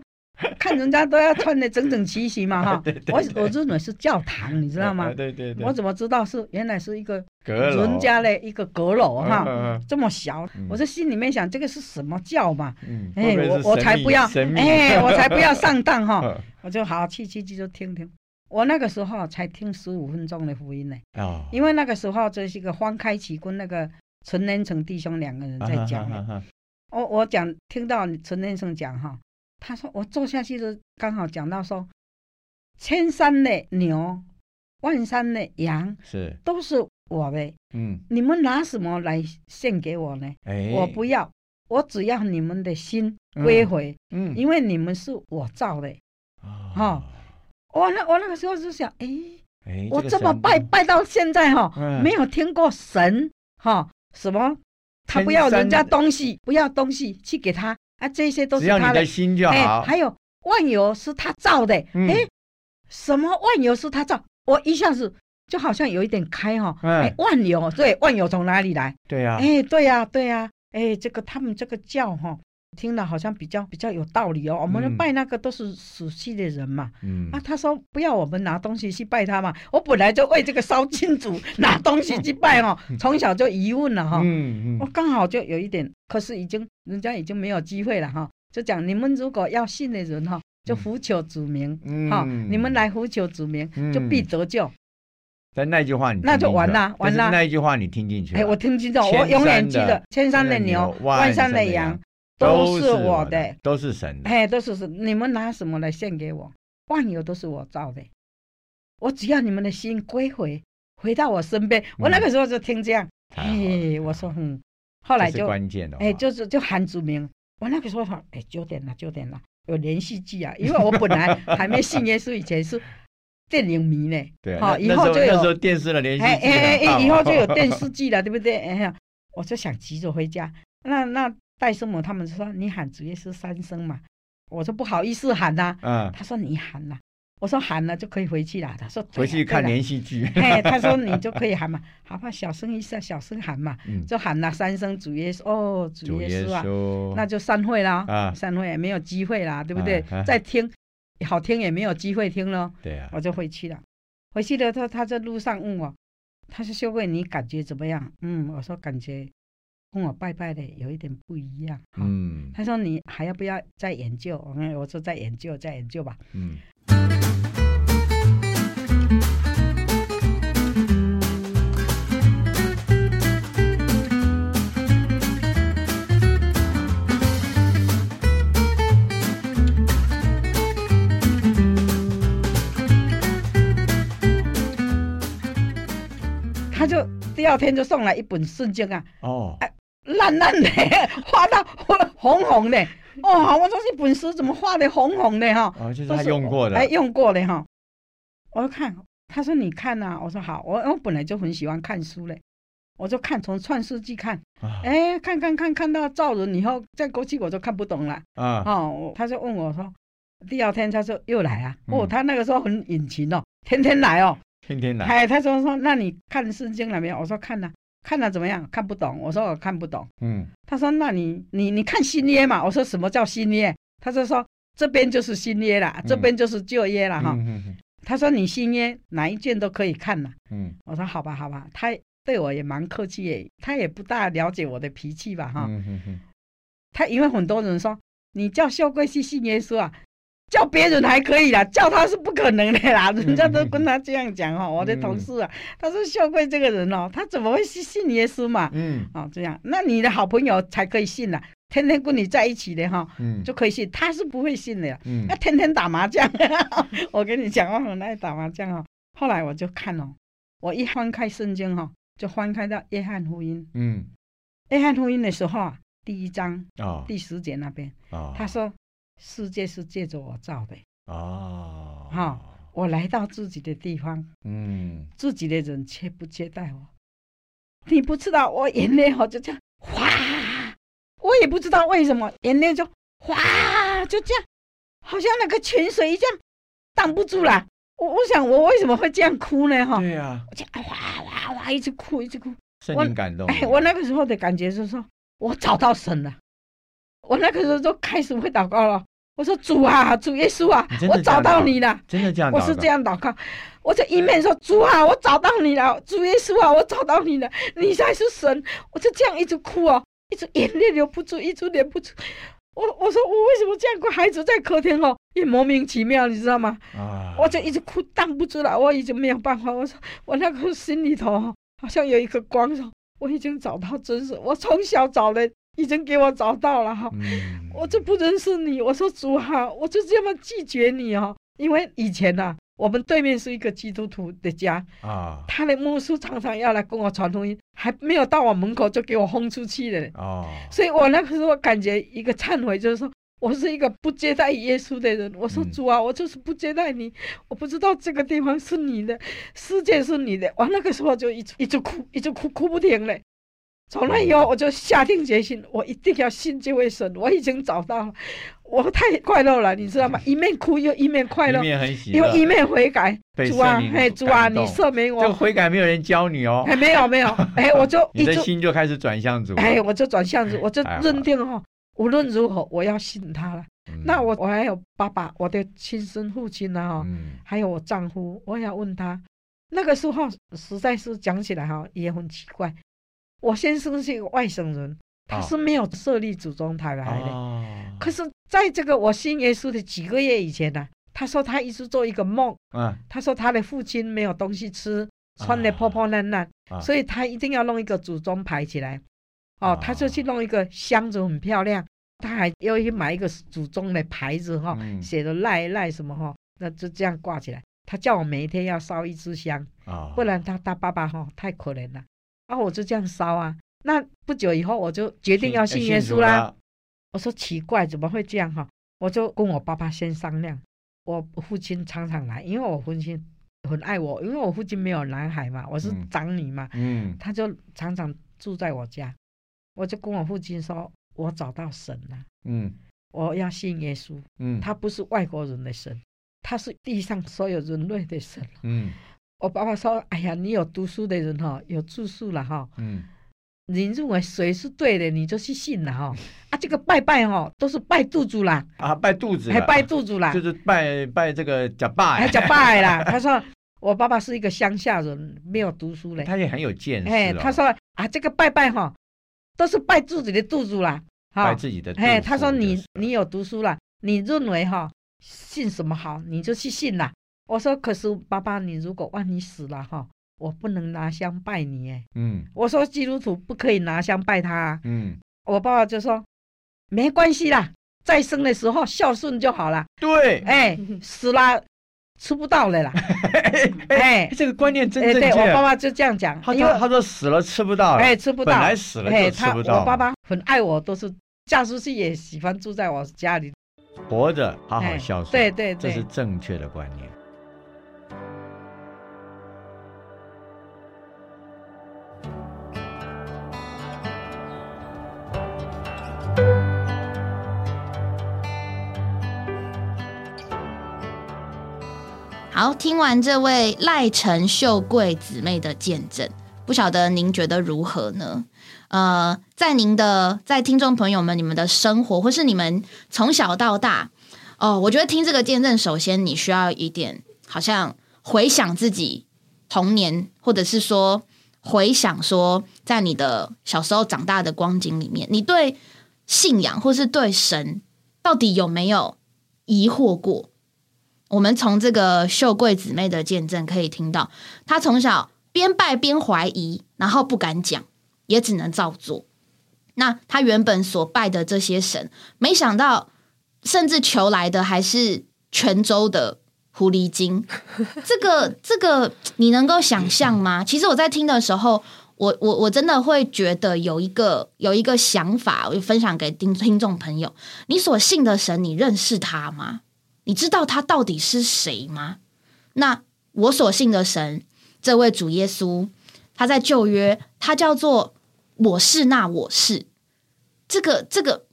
Speaker 3: 看人家都要穿的整整齐齐嘛哈
Speaker 2: 对。对
Speaker 3: 我
Speaker 2: 对
Speaker 3: 我认为是教堂，你知道吗
Speaker 2: 呃？对对对，
Speaker 3: 我怎么知道是原来是一个
Speaker 2: 阁楼
Speaker 3: 人家的一个阁楼
Speaker 2: 嗯
Speaker 3: 哈，
Speaker 2: 嗯
Speaker 3: 这么小
Speaker 2: 嗯，
Speaker 3: 我在心里面想这个是什么教嘛？
Speaker 2: 嗯，会
Speaker 3: 哎，
Speaker 2: 不会
Speaker 3: 我
Speaker 2: 是
Speaker 3: 我
Speaker 2: 神
Speaker 3: 才
Speaker 2: 秘
Speaker 3: 不要，
Speaker 2: 神秘 어.
Speaker 3: 哎，我才不要上当哈。
Speaker 2: 嗯
Speaker 3: 我就好好去去去就听听。我那个时候才听十五分钟的福音呢，
Speaker 2: 哦，
Speaker 3: 因为那个时候这是一个方开奇跟那个陈连成弟兄两个人在讲的。
Speaker 2: 啊
Speaker 3: 我哦我讲听到陈先生讲哈，他说我坐下去就刚好讲到说，千山的牛，万山的羊
Speaker 2: 是，
Speaker 3: 都是我的，
Speaker 2: 嗯，
Speaker 3: 你们拿什么来献给我呢？
Speaker 2: 哎，
Speaker 3: 我不，要，我只要你们的心
Speaker 2: 嗯
Speaker 3: 归回，
Speaker 2: 嗯，
Speaker 3: 因为你们是我造的。
Speaker 2: 哦
Speaker 3: 哈，我那我那个时候就想，哎，
Speaker 2: 哎，
Speaker 3: 我
Speaker 2: 个
Speaker 3: 这么
Speaker 2: 神
Speaker 3: 拜拜到现在哈，
Speaker 2: 嗯
Speaker 3: 没有听过神哈什么，他不要人家东西，不要东西去给他啊，这些都
Speaker 2: 只
Speaker 3: 是
Speaker 2: 要你
Speaker 3: 他
Speaker 2: 的心就
Speaker 3: 哎，
Speaker 2: 好，
Speaker 3: 还有万有是他造的，哎、
Speaker 2: 嗯
Speaker 3: 什么万有是他造？我一下子就好像有一点开哈、
Speaker 2: 嗯啊
Speaker 3: 哎、万有对，万有从哪里来？
Speaker 2: 对呀，
Speaker 3: 哎，对呀、对呀、哎，这个他们这个教哈、听了好像比较比较有道理哦。我
Speaker 2: 嗯
Speaker 3: 们拜那个都是死去的人嘛，
Speaker 2: 嗯
Speaker 3: 啊，他说不要我们拿东西去拜他嘛，我本来就为这个烧金主 拿东西去拜哦，从小就疑问了哈、
Speaker 2: 嗯
Speaker 3: 我
Speaker 2: 嗯，
Speaker 3: 哦刚好就有一点，可是已经人家已经没有机会了哈。就讲你们如果要信的人哈，就呼求主名
Speaker 2: 嗯
Speaker 3: 哈、哦你们来呼求主名、就必得救。
Speaker 2: 但那句话你
Speaker 3: 那
Speaker 2: 听
Speaker 3: 就
Speaker 2: 进
Speaker 3: 完
Speaker 2: 去了
Speaker 3: 啦
Speaker 2: 但
Speaker 3: 完
Speaker 2: 是
Speaker 3: 啦
Speaker 2: 那一句话你听进去了，
Speaker 3: 哎，我听清楚，
Speaker 2: 啊千
Speaker 3: 我永远记
Speaker 2: 山的
Speaker 3: 得，千山的牛，万山的羊，，都是我的，
Speaker 2: 都是神的，
Speaker 3: 哎，都是是你们拿什么来献给我？万有都是我造的，我只要你们的心归回，回到我身边。我那个时候就听这样，
Speaker 2: 太好了
Speaker 3: 哎，我说嗯，后
Speaker 2: 后
Speaker 3: 来就
Speaker 2: 关键的，哦
Speaker 3: 哎、就是就喊主名。我那个时候说，哎、九点了，九点了，有连续剧啊，因为我本来还没信耶稣以前是电影迷呢，
Speaker 2: 对，啊
Speaker 3: 好、
Speaker 2: 那
Speaker 3: 以
Speaker 2: 那时
Speaker 3: 后
Speaker 2: 候
Speaker 3: 就
Speaker 2: 那时候
Speaker 3: 有，
Speaker 2: 电视的连续
Speaker 3: 哎
Speaker 2: 剧
Speaker 3: 哎
Speaker 2: 很
Speaker 3: 哎，以
Speaker 2: 棒
Speaker 3: 后
Speaker 2: 哦
Speaker 3: 就有电视剧了，对不对？哎呀，我就想急着回家。那那戴师母他们说，你喊主耶稣三声嘛，我说不好意思喊呐、
Speaker 2: 嗯，
Speaker 3: 他说你喊呐、我说喊了就可以回去了。他说对
Speaker 2: 回
Speaker 3: 了
Speaker 2: 去看
Speaker 3: 对了
Speaker 2: 连续剧，
Speaker 3: 哎，他说你就可以喊嘛，好吧，小声一下，小声喊嘛，
Speaker 2: 嗯
Speaker 3: 就喊了三声主耶稣，哦，主
Speaker 2: 主
Speaker 3: 耶
Speaker 2: 耶
Speaker 3: 稣啊，
Speaker 2: 稣，
Speaker 3: 那就散会啦，
Speaker 2: 哦啊
Speaker 3: 散会也没有机会啦，对不对？
Speaker 2: 啊啊
Speaker 3: 再听好听也没有机会听了，
Speaker 2: 对啊
Speaker 3: 我，就回去了。回去了，他他在路上问我，他说修贵你感觉怎么样？嗯，我说感觉跟我拜拜的有一点不一样。哈
Speaker 2: 嗯
Speaker 3: 他说你还要不要再研究？我说我说再研究，再研究吧。
Speaker 2: 嗯，
Speaker 3: 他就第二天就送来一本圣经啊，
Speaker 2: 哦，
Speaker 3: 烂烂的， 画到红红的。哦，我说这本书怎么画的红红的哈？
Speaker 2: 哦，就是
Speaker 3: 都
Speaker 2: 他用过的
Speaker 3: 哎，，用过的哈。我就看，他说你看呐、我说好，我我本来就很喜欢看书嘞，我就看从创世纪看，
Speaker 2: 啊
Speaker 3: 哎，看看看看到赵人以后，再过去我就看不懂了。
Speaker 2: 啊，
Speaker 3: 哦，我他就问我说，第二天他说又来啊，
Speaker 2: 嗯
Speaker 3: 哦，他那个时候很殷勤哦，天天来哦，
Speaker 2: 天天来，
Speaker 3: 哎，他说说那你看圣经了没有？我说看了、看了怎么样？看不懂，我说我看不懂。
Speaker 2: 嗯，
Speaker 3: 他说：“那你你你看新约嘛？”我说：“什么叫新约？”他就说：“这边就是新约啦，
Speaker 2: 嗯
Speaker 3: 这边就是旧约啦。哈、
Speaker 2: 嗯嗯
Speaker 3: 他说：“你新约哪一卷都可以看啦。
Speaker 2: 嗯，
Speaker 3: 我说：“好吧，好吧。”他对我也蛮客气耶，他也不大了解我的脾气吧？哈、
Speaker 2: 嗯嗯嗯
Speaker 3: 他因为很多人说你叫秀贵去信耶稣啊，叫别人还可以啦，叫他是不可能的啦。
Speaker 2: 嗯
Speaker 3: 人家都跟他这样讲哈、我的同事啊，他说秀贵这个人哦，他怎么会去信耶稣嘛？
Speaker 2: 嗯
Speaker 3: 哦，这样，那你的好朋友才可以信了、天天跟你在一起的哈、
Speaker 2: 嗯，
Speaker 3: 就可以信，他是不会信的啦，
Speaker 2: 嗯
Speaker 3: 他天天打麻将， 我跟你讲，我很爱打麻将哦。后来我就看哦，我一翻开圣经哈、哦，就翻开到约翰福音，
Speaker 2: 嗯，
Speaker 3: 约翰福音的时候啊，第一章
Speaker 2: 哦
Speaker 3: 第十节那边，
Speaker 2: 哦，
Speaker 3: 嗯他说：“世界是借着我造的，
Speaker 2: 哦，
Speaker 3: 哈我来到自己的地方，
Speaker 2: 嗯，
Speaker 3: 自己的人接不接待我？你不知道，我眼泪哦就这样哗，我也不知道为什么眼泪就哗就这样，好像那个泉水一样挡不住了。我我想我为什么会这样哭呢？哈，
Speaker 2: 对呀，
Speaker 3: 我就啊哗哗哗一直哭一直哭。
Speaker 2: 圣
Speaker 3: 我
Speaker 2: 灵感动你，
Speaker 3: 哎，我那个时候的感觉就是说，我找到神了。我那个时候就开始会祷告了。我说主啊，主耶稣啊
Speaker 2: 你真，的
Speaker 3: 我找
Speaker 2: 这样祷
Speaker 3: 到
Speaker 2: 告
Speaker 3: 你了。
Speaker 2: 真的这样，
Speaker 3: 我是这，样祷告，我就一面说主啊，我找到你了，主耶稣啊，我找到你了，你才是神。我就这样一直哭哦，一直眼泪流不住，一直流不住。我我说我为什么这样？个孩子在客厅哦，也莫名其妙，你知道吗？
Speaker 2: 啊，
Speaker 3: 我就一直哭，荡不出来，我已经没有办法。我说我那个心里头哦好像有一个光，说我已经找到真实，我从小找的已经给我找到了哈。
Speaker 2: 嗯
Speaker 3: 我就不认识你，我说主啊，我就这么拒绝你哦，因为以前呐、我们对面是一个基督徒的家，
Speaker 2: 啊
Speaker 3: 他的牧师常常要来跟我传福音，还没有到我门口就给我轰出去了。
Speaker 2: 哦，
Speaker 3: 所以我那个时候感觉一个忏悔，就是说我是一个不接待耶稣的人。我说
Speaker 2: 嗯
Speaker 3: 主啊，我就是不接待你，我不知道这个地方是你的，世界是你的。我那个时候就一直一直哭，一直哭，哭不停嘞。从那以
Speaker 2: 嗯
Speaker 3: 后，我就下定决心，我一定要信这位神。我已经找到了，我太快乐了，你知道吗？一面哭又一面快
Speaker 2: 嗯
Speaker 3: 乐
Speaker 2: 一，面很喜
Speaker 3: 又
Speaker 2: 乐，
Speaker 3: 一面悔改。
Speaker 2: 被
Speaker 3: 主啊
Speaker 2: 圣，灵
Speaker 3: 嘿，主啊，
Speaker 2: 感
Speaker 3: 你
Speaker 2: 动
Speaker 3: 赦免
Speaker 2: 这个
Speaker 3: 我。
Speaker 2: 悔改没有人教你哦
Speaker 3: 哎，，没有没有，哎，我就一
Speaker 2: 你的
Speaker 3: 直
Speaker 2: 心就开始转向主了。
Speaker 3: 哎，我就转向子，我就
Speaker 2: 太好
Speaker 3: 认
Speaker 2: 了
Speaker 3: 定哈、无论如何我要信他了。
Speaker 2: 嗯
Speaker 3: 那我我还有爸爸，我的亲生父亲呢、啊、哈、
Speaker 2: 嗯
Speaker 3: 还有我丈夫，我也要问他。那个时候实在是讲起来哈、哦也很奇怪，我先生是一个外省人，他
Speaker 2: 哦
Speaker 3: 是没有设立祖宗台来的。
Speaker 2: 哦，
Speaker 3: 可是在这个我信耶稣的几个月以前呢、他说他一直做一个梦，
Speaker 2: 嗯
Speaker 3: 他说他的父亲没有东西吃，穿的破破烂烂，
Speaker 2: 啊
Speaker 3: 所以他一定要弄一个祖宗牌起来。哦，
Speaker 2: 啊
Speaker 3: 他就去弄一个箱子，很漂亮。他还要去买一个祖宗的牌子哈、
Speaker 2: 嗯
Speaker 3: 写的赖赖什么哈、那就这样挂起来。他叫我每一天要烧一支香，
Speaker 2: 啊，
Speaker 3: 不然他他爸爸哈、太可怜了。然、后我就这样烧啊。那不久以后我就决定要信耶稣啦。
Speaker 2: 啦。
Speaker 3: 我说奇怪，怎么会这样哈、我就跟我爸爸先商量，我父亲常常来，因为我父亲很爱我，因为我父亲没有男孩嘛，我是
Speaker 2: 嗯
Speaker 3: 长女嘛，
Speaker 2: 嗯
Speaker 3: 他就常常住在我家。我就跟我父亲说，我找到神了，
Speaker 2: 嗯
Speaker 3: 我要信耶稣，
Speaker 2: 嗯，
Speaker 3: 他不是外国人的神，他是地上所有人类的神。
Speaker 2: 嗯
Speaker 3: 我爸爸说：“哎呀，你有读书的人哈、有住宿了哈、
Speaker 2: 嗯
Speaker 3: 你认为谁是对的，你就去信了哈、啊，这个拜拜哈、都是拜肚子啦，
Speaker 2: 啊，拜肚子了，
Speaker 3: 还拜肚子啊哎啦
Speaker 2: 就，是拜拜这个假哎拜，
Speaker 3: 还讲拜啦。他说我爸爸是一个乡下人，没有读书 嘞。
Speaker 2: 他也很有见识哦。
Speaker 3: 哎，他说啊，这个拜拜哈，都是拜自己的肚子啦。
Speaker 2: 拜
Speaker 3: 哈，
Speaker 2: 自己的肚子就是了。
Speaker 3: 哎，他说你你有读书啦，你认为哈信什么好，你就去信啦。我说可是爸爸，你如果万一死了哈，我不能拿香拜你哎。
Speaker 2: 嗯
Speaker 3: 我说基督徒不可以拿香拜他、啊。
Speaker 2: 嗯，
Speaker 3: 我爸爸就说没关系啦，再生的时候孝顺就好啦。
Speaker 2: 对，
Speaker 3: 哎，死啦，吃不到 了啦。哎，
Speaker 2: 这个观念真
Speaker 3: 哎，
Speaker 2: 正
Speaker 3: 对
Speaker 2: 确。
Speaker 3: 我爸爸就这样讲，
Speaker 2: 他
Speaker 3: 因
Speaker 2: 他
Speaker 3: 为
Speaker 2: 他说死了吃不到了，
Speaker 3: 哎吃不
Speaker 2: 本
Speaker 3: 到，
Speaker 2: 来死了
Speaker 3: 哎
Speaker 2: 就
Speaker 3: 他
Speaker 2: 吃
Speaker 3: 我
Speaker 2: 不到。
Speaker 3: 爸爸很爱我，都是嫁出去也喜欢住在我家里。
Speaker 2: 活着好好
Speaker 3: 哎
Speaker 2: 孝顺，
Speaker 3: 对对
Speaker 2: 这是
Speaker 3: 对，
Speaker 2: 正确的观念。
Speaker 1: 好，听完这位赖陈秀贵姊妹的见证，不晓得您觉得如何呢？呃，在您的在听众朋友们，你们的生活，或是你们从小到大，哦，我觉得听这个见证，首先你需要一点，好像回想自己童年，或者是说回想说，在你的小时候长大的光景里面，你对信仰或是对神到底有没有疑惑过？我们从这个秀贵姊妹的见证可以听到，她从小边拜边怀疑，然后不敢讲，也只能照做。那她原本所拜的这些神，没想到甚至求来的还是泉州的狐狸精。这个这个，你能够想象吗？其实我在听的时候。我我我真的会觉得有一个有一个想法，我就分享给听听众朋友：你所信的神，你认识他吗？你知道他到底是谁吗？那我所信的神，这位主耶稣，他在旧约，他叫做我是那我是。这个这个，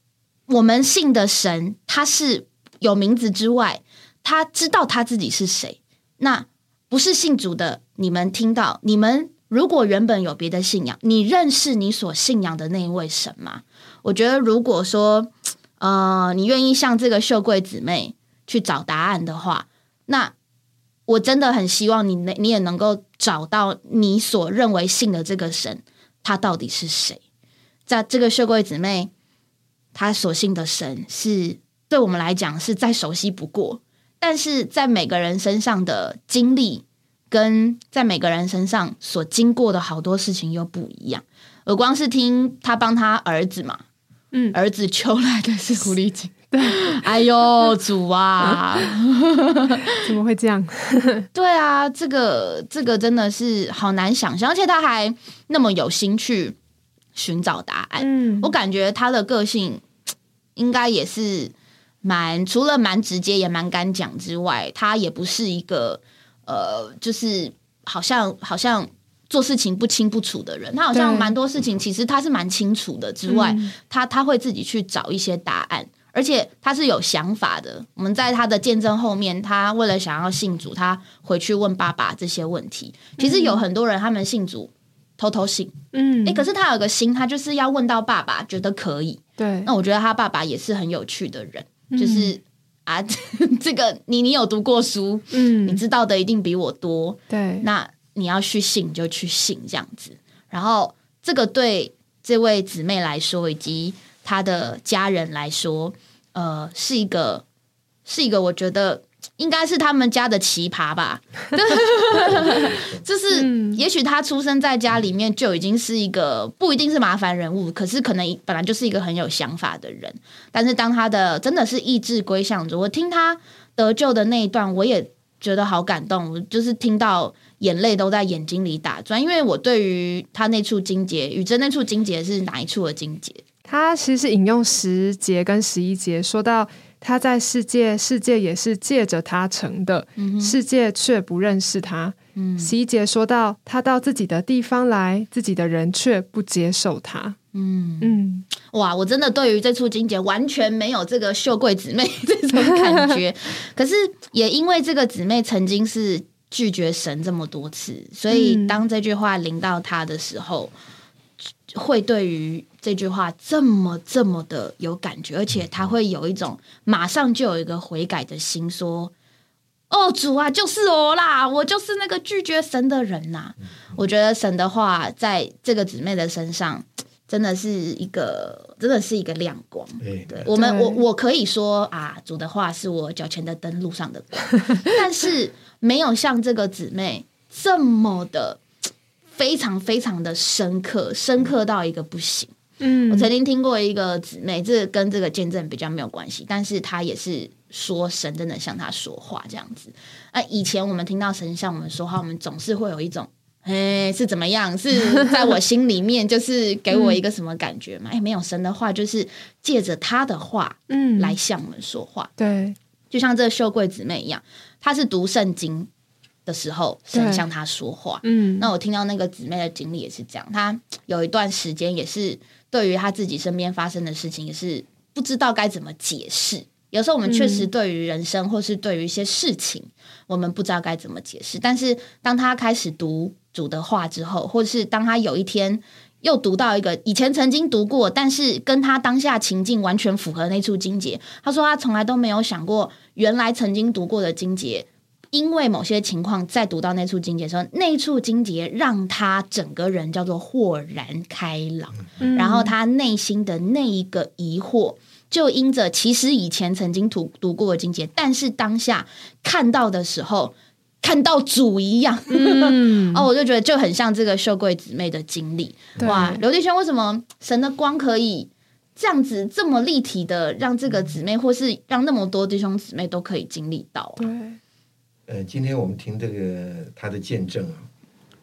Speaker 1: 我们信的神，他是有名字之外，他知道他自己是谁。那不是信主的，你们听到，你们如果原本有别的信仰，你认识你所信仰的那一位神吗？我觉得，如果说，呃，你愿意像这个秀贵姊妹，去找答案的话，那我真的很希望你能你也能够找到你所认为信的这个神，他到底是谁？在这个秀贵姊妹，他所信的神是对我们来讲是再熟悉不过，但是在每个人身上的经历跟在每个人身上所经过的好多事情又不一样。我光是听他帮他儿子嘛，
Speaker 5: 嗯，
Speaker 1: 儿子求来的是狐狸精， 哎呦主啊，
Speaker 5: 怎么会这样？
Speaker 1: 对啊，这个这个真的是好难想象，而且他还那么有心去寻找答案。
Speaker 5: 嗯
Speaker 1: 我感觉他的个性应该也是蛮，除了蛮直接也蛮敢讲之外，他也不是一个呃，就是好像好像做事情不清不楚的人。他好像
Speaker 5: 对
Speaker 1: 蛮多事情其实他是蛮清楚的之外，
Speaker 5: 嗯
Speaker 1: 他他会自己去找一些答案，而且他是有想法的。我们在他的见证后面，他为了想要信主，他回去问爸爸这些问题。其实有很多人他们信主偷偷信，
Speaker 5: 嗯，
Speaker 1: 诶、可是他有个心，他就是要问到爸爸觉得可以。
Speaker 5: 对，嗯
Speaker 1: 那我觉得他爸爸也是很有趣的人，就是。啊， 这个你你有读过书，你
Speaker 5: 嗯，
Speaker 1: 知道的一定比我多。
Speaker 5: 对，
Speaker 1: 那你要去信你就去信这样子。然后这个对这位姊妹来说，以及她的家人来说，呃，是一个是一个我觉得应该是他们家的奇葩吧。就是
Speaker 5: 嗯
Speaker 1: 也许他出生在家里面就已经是一个不一定是麻烦人物，可是可能本来就是一个很有想法的人。但是当他的真的是意志归向主，我听他得救的那一段，我也觉得好感动，我就是听到眼泪都在眼睛里打转，因为我对于他那处经节，宇珍那处经节是哪一处的经节？
Speaker 5: 他其实引用十节跟十一节，说到他在世界，世界也是借着他成的，
Speaker 1: 嗯哼
Speaker 5: 世界却不认识他。
Speaker 1: 嗯
Speaker 5: 十一节说到他到自己的地方来，自己的人却不接受他。
Speaker 1: 嗯，
Speaker 5: 嗯，
Speaker 1: 哇，我真的对于这处经节完全没有这个秀贵姊妹 这种感觉，可是也因为这个姊妹曾经是拒绝神这么多次，所以
Speaker 5: 嗯
Speaker 1: 当这句话临到她的时候，会对于这句话这么这么的有感觉，而且他会有一种马上就有一个悔改的心，说：“哦，主啊，就是我啦，我就是那个拒绝神的人呐、我觉得神的话在这个姊妹的身上，真的是一个，真的是一个亮光。
Speaker 6: 对，
Speaker 1: 对我们，
Speaker 5: 对
Speaker 1: 我我可以说啊，主的话是我脚前的灯，路上的光，但是没有像这个姊妹这么的非常非常的深刻，深刻到一个不行。
Speaker 5: 嗯
Speaker 1: 我曾经听过一个姊妹，这跟这个见证比较没有关系，但是她也是说神真的向她说话这样子。啊，以前我们听到神向我们说话，我们总是会有一种。哎，是怎么样？ 是在我心里面，就是给
Speaker 5: 嗯
Speaker 1: 我一个什么感觉嘛？哎，没有神的话，就是借着他的话
Speaker 5: 嗯
Speaker 1: 来向我们说话。
Speaker 5: 对
Speaker 1: 就像这个秀贵姊妹一样，她是读圣经的时候，神
Speaker 5: 对
Speaker 1: 向她说话。
Speaker 5: 嗯
Speaker 1: 那我听到那个姊妹的经历也是这样，她有一段时间也是对于她自己身边发生的事情也是不知道该怎么解释。有时候我们确实
Speaker 5: 嗯
Speaker 1: 对于人生或是对于一些事情，我们不知道该怎么解释。但是当她开始读主的话之后，或是当她有一天又读到一个以前曾经读过，但是跟她当下情境完全符合那处经节，她说她啊从来都没有想过，原来曾经读过的经节因为某些情况再读到那处经节的时候，那处经节让他整个人叫做豁然开朗，
Speaker 5: 嗯
Speaker 1: 然后他内心的那一个疑惑，就因着其实以前曾经读读过的经节，但是当下看到的时候，看到主一样，
Speaker 5: 嗯
Speaker 1: 哦，我就觉得就很像这个秀贵姊妹的经历，
Speaker 5: 对
Speaker 1: 哇，刘弟兄，为什么神的光可以这样子这么立体的让这个姊妹，或是让那么多弟兄姊妹都可以经历到啊？
Speaker 5: 对
Speaker 6: 呃，今天我们听这个他的见证啊，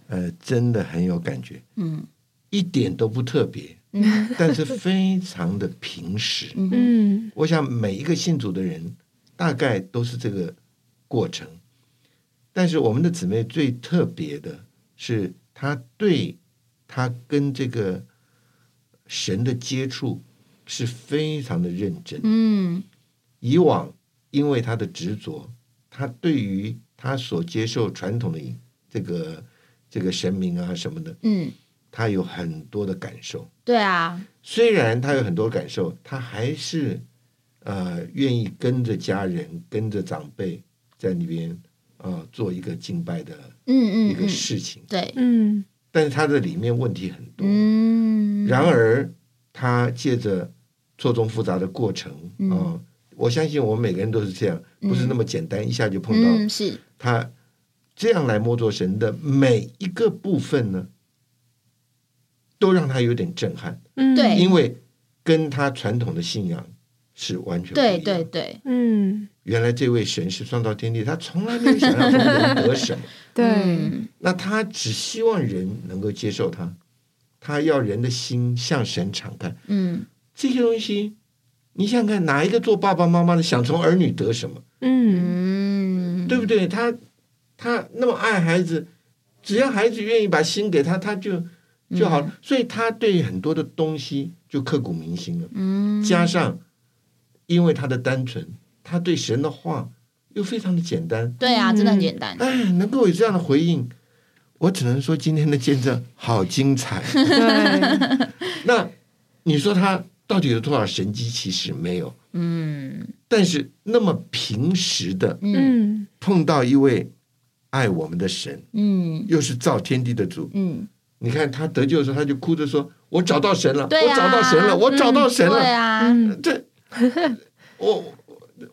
Speaker 6: 呃，真的很有感觉，
Speaker 1: 嗯
Speaker 6: 一点都不特别，
Speaker 1: 嗯
Speaker 6: 但是非常的平实。
Speaker 1: 嗯哼
Speaker 5: 嗯
Speaker 6: 我想每一个信主的人大概都是这个过程，但是我们的姊妹最特别的是，她对她跟这个神的接触是非常的认真。
Speaker 1: 嗯
Speaker 6: 以往因为她的执着，她对于她所接受传统的这个这个神明啊什么的，
Speaker 1: 嗯，
Speaker 6: 她有很多的感受。
Speaker 1: 对啊，
Speaker 6: 虽然他有很多感受，他还是呃愿意跟着家人、跟着长辈在那边呃做一个敬拜的
Speaker 1: 嗯嗯
Speaker 6: 一个
Speaker 1: 嗯，
Speaker 6: 事情，
Speaker 1: 对，
Speaker 5: 嗯
Speaker 6: 但是他的里面问题很多。
Speaker 1: 嗯，
Speaker 6: 然而他借着错综复杂的过程
Speaker 1: 嗯
Speaker 6: 啊、我相信我们每个人都是这样，不是那么简单，一下就碰到。
Speaker 1: 嗯，是，
Speaker 6: 他这样来摸着神的每一个部分呢，都让他有点震撼，
Speaker 5: 嗯
Speaker 1: 对
Speaker 6: 因为跟他传统的信仰是完全不一
Speaker 1: 对
Speaker 6: 样。
Speaker 1: 对对，
Speaker 5: 嗯，
Speaker 6: 原来这位神是创造天地，他从来没有想要从人得什么，
Speaker 5: 对，
Speaker 1: 嗯
Speaker 6: 那他只希望人能够接受他，他要人的心向神敞开。
Speaker 1: 嗯，
Speaker 6: 这些东西，你想想看，哪一个做爸爸妈妈的想从儿女得什么？
Speaker 5: 嗯，
Speaker 1: 嗯，
Speaker 6: 对不对？他他那么爱孩子，只要孩子愿意把心给他，他就
Speaker 1: 嗯
Speaker 6: 就好。所以他对很多的东西就刻骨铭心了。
Speaker 1: 嗯，
Speaker 6: 加上，因为他的单纯，他对神的话又非常的简单，
Speaker 1: 对啊，真的
Speaker 5: 嗯
Speaker 1: 很简单，
Speaker 6: 哎，能够有这样的回应，我只能说今天的见证好精彩。
Speaker 5: 对，
Speaker 6: 那你说他到底有多少神机其实没有，
Speaker 1: 嗯
Speaker 6: 但是那么平时的
Speaker 1: 嗯
Speaker 5: 嗯，
Speaker 6: 碰到一位爱我们的神，
Speaker 1: 嗯
Speaker 6: 又是造天地的主，
Speaker 1: 嗯，
Speaker 6: 你看他得救的时候，他就哭着说：“我找到神了，
Speaker 1: 对啊
Speaker 6: 我找到神了，我找到神
Speaker 1: 对
Speaker 6: 了。
Speaker 1: 啊，
Speaker 5: 嗯，
Speaker 6: 这 我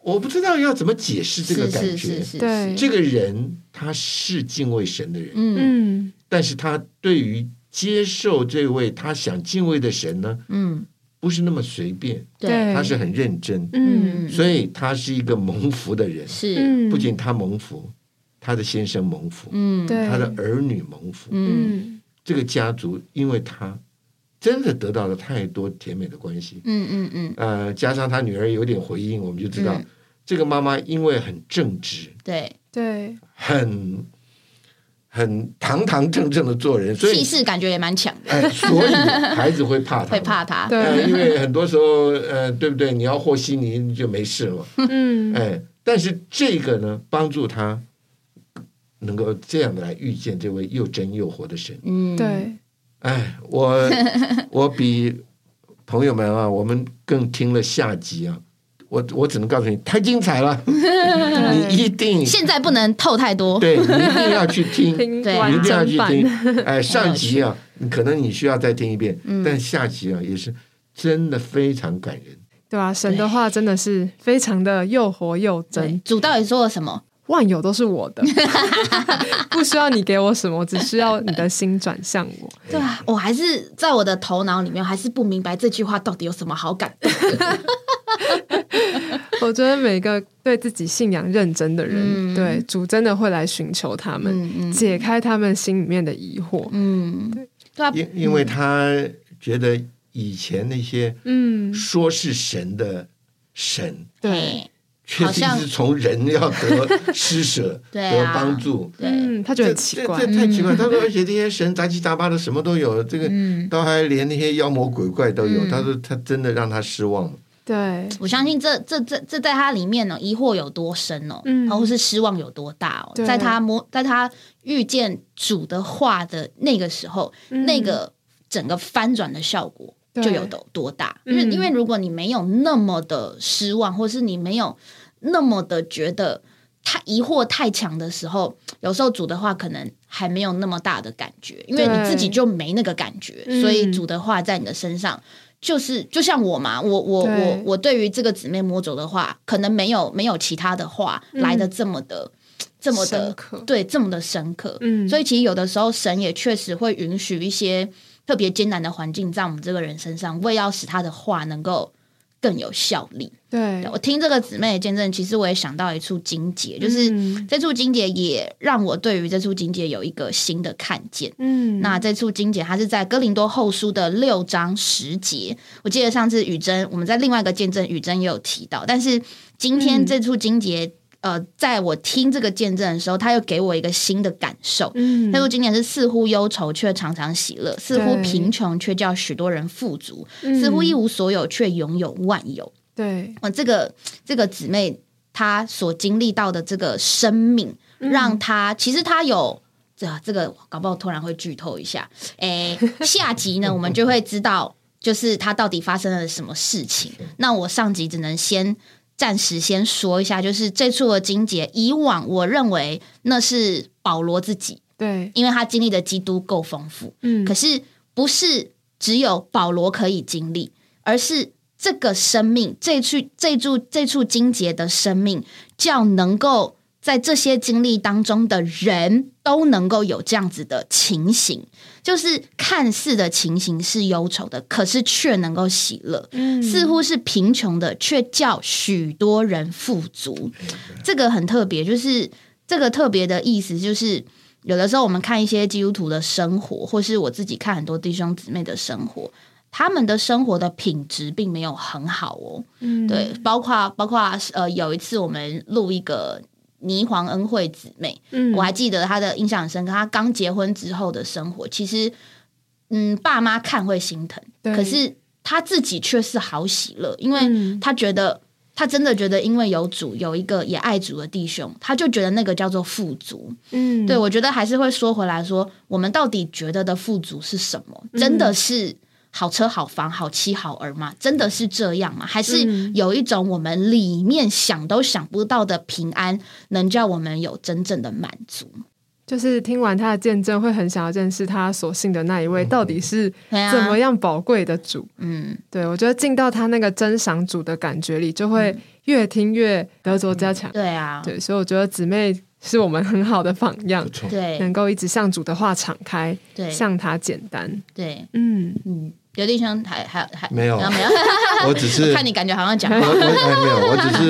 Speaker 6: 我不知道要怎么解释这个
Speaker 1: 是
Speaker 6: 感觉。
Speaker 1: 是是是，
Speaker 5: 对
Speaker 1: 是
Speaker 6: 这个人他是敬畏神的人，
Speaker 1: 嗯
Speaker 5: 嗯，
Speaker 6: 但是他对于接受这位他想敬畏的神呢，
Speaker 1: 嗯，
Speaker 6: 不是那么随便，
Speaker 1: 对，
Speaker 5: 对，
Speaker 6: 他是很认真，
Speaker 5: 嗯，
Speaker 1: 嗯，
Speaker 6: 所以他是一个蒙福的人。
Speaker 1: 是，
Speaker 5: 嗯，
Speaker 6: 不仅他蒙福，他的先生蒙福，
Speaker 1: 嗯，
Speaker 5: 对
Speaker 6: 他的儿女蒙福，
Speaker 1: 嗯
Speaker 5: 嗯，
Speaker 6: 这个家族因为他真的得到了太多甜美的关系，
Speaker 1: 嗯嗯嗯，
Speaker 6: 呃，加上他女儿有点回应，我们就知道、
Speaker 1: 嗯
Speaker 6: 这个妈妈因为很正直，
Speaker 1: 对，
Speaker 5: 对，
Speaker 6: 很很堂堂正正的做人，所以
Speaker 1: 气势感觉也蛮强的，
Speaker 6: 哎、所以孩子会怕他，
Speaker 1: 会怕他，
Speaker 6: 呃，
Speaker 5: 对，
Speaker 6: 因为很多时候呃，对不对？你要和稀泥就没事了，
Speaker 5: 嗯，
Speaker 6: 哎，但是这个呢，帮助他能够这样的来遇见这位又真又活的神。
Speaker 1: 嗯，，
Speaker 5: 对，
Speaker 6: 哎，我我比朋友们啊，我们更听了下集啊。我我只能告诉你，太精彩了，你一定
Speaker 1: 现在不能透太多，
Speaker 6: 对你一定要去听，你
Speaker 5: 听
Speaker 1: 对
Speaker 6: 一
Speaker 5: 完
Speaker 6: 定要
Speaker 5: 整
Speaker 6: 去
Speaker 5: 版，嗯
Speaker 6: 听。哎，上集啊，你可能你需要再听一遍，
Speaker 1: 嗯
Speaker 6: 但下集啊也是真的非常感人。
Speaker 5: 对啊，神的话真的是非常的又活又真
Speaker 1: 对，，主到底做了什么？
Speaker 5: 万有都是我的， 不需要你给我什么，只需要你的心转向我。
Speaker 1: 对啊，我还是在我的头脑里面，还是不明白这句话到底有什么好感动的。
Speaker 5: 我觉得每个对自己信仰认真的人，
Speaker 1: 嗯
Speaker 5: 对主真的会来寻求他们，
Speaker 1: 嗯嗯
Speaker 5: 解开他们心里面的疑惑。
Speaker 1: 嗯，对啊，
Speaker 6: 因因为他觉得以前那些
Speaker 5: 嗯，
Speaker 6: 说是神的神，
Speaker 5: 对，
Speaker 1: 嘿，
Speaker 6: 确
Speaker 1: 好
Speaker 6: 实
Speaker 1: 像
Speaker 6: 一直从人要得施舍、
Speaker 1: 对
Speaker 6: 得
Speaker 1: 啊
Speaker 6: 帮助，
Speaker 1: 对，
Speaker 5: 嗯，他觉得很
Speaker 6: 这
Speaker 5: 奇怪
Speaker 6: 这，这太奇怪。他说，而且这些神杂七杂八的什么都有，这个
Speaker 1: 嗯，
Speaker 6: 倒还连那些妖魔鬼怪都有。
Speaker 1: 嗯
Speaker 6: 他说他真的让他失望了。
Speaker 5: 对，
Speaker 1: 我相信这这这这在他里面呢、疑惑有多深哦，
Speaker 5: 嗯
Speaker 1: 然后是失望有多大哦，
Speaker 5: 对
Speaker 1: 在他摸，在他遇见主的话的那个时候，
Speaker 5: 嗯
Speaker 1: 那个整个翻转的效果
Speaker 5: 对
Speaker 1: 就有多多大。因
Speaker 5: 嗯
Speaker 1: 为、因为如果你没有那么的失望，或是你没有那么的觉得太疑惑太强的时候，有时候主的话可能还没有那么大的感觉，因为你自己就没那个感觉，
Speaker 5: 嗯
Speaker 1: 所以主的话在你的身上。就是就像我嘛，我我
Speaker 5: 对
Speaker 1: 我我对于这个姊妹魔咒的话，可能没有没有其他的话
Speaker 5: 嗯
Speaker 1: 来的这么的、这么
Speaker 5: 深
Speaker 1: 的
Speaker 5: 刻
Speaker 1: 对这么的深刻。
Speaker 5: 嗯，
Speaker 1: 所以其实有的时候神也确实会允许一些特别艰难的环境在我们这个人身上，为要使他的话能够更有效力。
Speaker 5: 对，
Speaker 1: 我听这个姊妹的见证，其实我也想到一处经节，就是、
Speaker 5: 嗯
Speaker 1: 这处经节也让我对于这处经节有一个新的看见。
Speaker 5: 嗯，
Speaker 1: 那这处经节，它是在哥林多后书的六章十节。我记得上次雨珍，我们在另外一个见证，雨珍也有提到。但是今天
Speaker 5: 嗯
Speaker 1: 这处经节，呃，在我听这个见证的时候，他又给我一个新的感受。
Speaker 5: 嗯，
Speaker 1: 他说：“今年是似乎忧愁，却常常喜乐；似乎
Speaker 5: 对
Speaker 1: 贫穷，却叫许多人富足；
Speaker 5: 嗯
Speaker 1: 似乎一无所有，却拥有万有。”
Speaker 5: 对，
Speaker 1: 哦，这个这个姊妹她所经历到的这个生命，
Speaker 5: 嗯
Speaker 1: 让她其实她有。这这个搞不好突然会剧透一下， 诶，下集呢我们就会知道，就是她到底发生了什么事情。那我上集只能先暂时先说一下，就是这处的金节，以往我认为那是保罗自己，
Speaker 5: 对，
Speaker 1: 因为他经历的基督够丰富，
Speaker 5: 嗯，
Speaker 1: 可是不是只有保罗可以经历，而是这个生命，这处这处这处金节的生命，叫能够在这些经历当中的人都能够有这样子的情形，就是看似的情形是忧愁的，可是却能够喜乐。
Speaker 5: 嗯
Speaker 1: 似乎是贫穷的，却叫许多人富足。
Speaker 5: 嗯
Speaker 1: 这个很特别，就是这个特别的意思，就是有的时候我们看一些基督徒的生活，或是我自己看很多弟兄姊妹的生活，他们的生活的品质并没有很好哦。
Speaker 5: 嗯
Speaker 1: 对，包括包括呃，有一次我们录一个倪黄恩惠姊妹，
Speaker 5: 嗯
Speaker 1: 我还记得她的印象很深刻。她刚结婚之后的生活，其实嗯，爸妈看会心疼，
Speaker 5: 对
Speaker 1: 可是她自己却是好喜乐，因为
Speaker 5: 嗯
Speaker 1: 她觉得。她真的觉得，因为有主，有一个也爱主的弟兄，她就觉得那个叫做富足。
Speaker 5: 嗯
Speaker 1: 对，我觉得还是会说回来说，我们到底觉得的富足是什么？真
Speaker 5: 嗯
Speaker 1: 的是好车、好房、好妻、好儿吗？真的是这样吗？还是
Speaker 5: 嗯
Speaker 1: 有一种我们里面想都想不到的平安，能叫我们有真正的满足？
Speaker 5: 就是听完他的见证，会很想要认识他所信的那一位到底是
Speaker 1: 嗯对啊
Speaker 5: 怎么样宝贵的主。
Speaker 1: 嗯，
Speaker 5: 对我觉得进到他那个真赏主的感觉里，就会越听越得着加强。
Speaker 1: 嗯对啊，
Speaker 5: 对，所以我觉得姊妹是我们很好的榜样
Speaker 6: 不， 错，
Speaker 1: 对
Speaker 5: 能够一直向主的话敞开，
Speaker 1: 对
Speaker 5: 向他简单。
Speaker 1: 对，
Speaker 5: 嗯，
Speaker 1: 嗯，刘弟兄还还还
Speaker 6: 没有
Speaker 1: 然后没有，
Speaker 6: 我只 是
Speaker 1: 看你感觉好像讲
Speaker 6: 我
Speaker 1: 话。
Speaker 6: 我哎没有，我只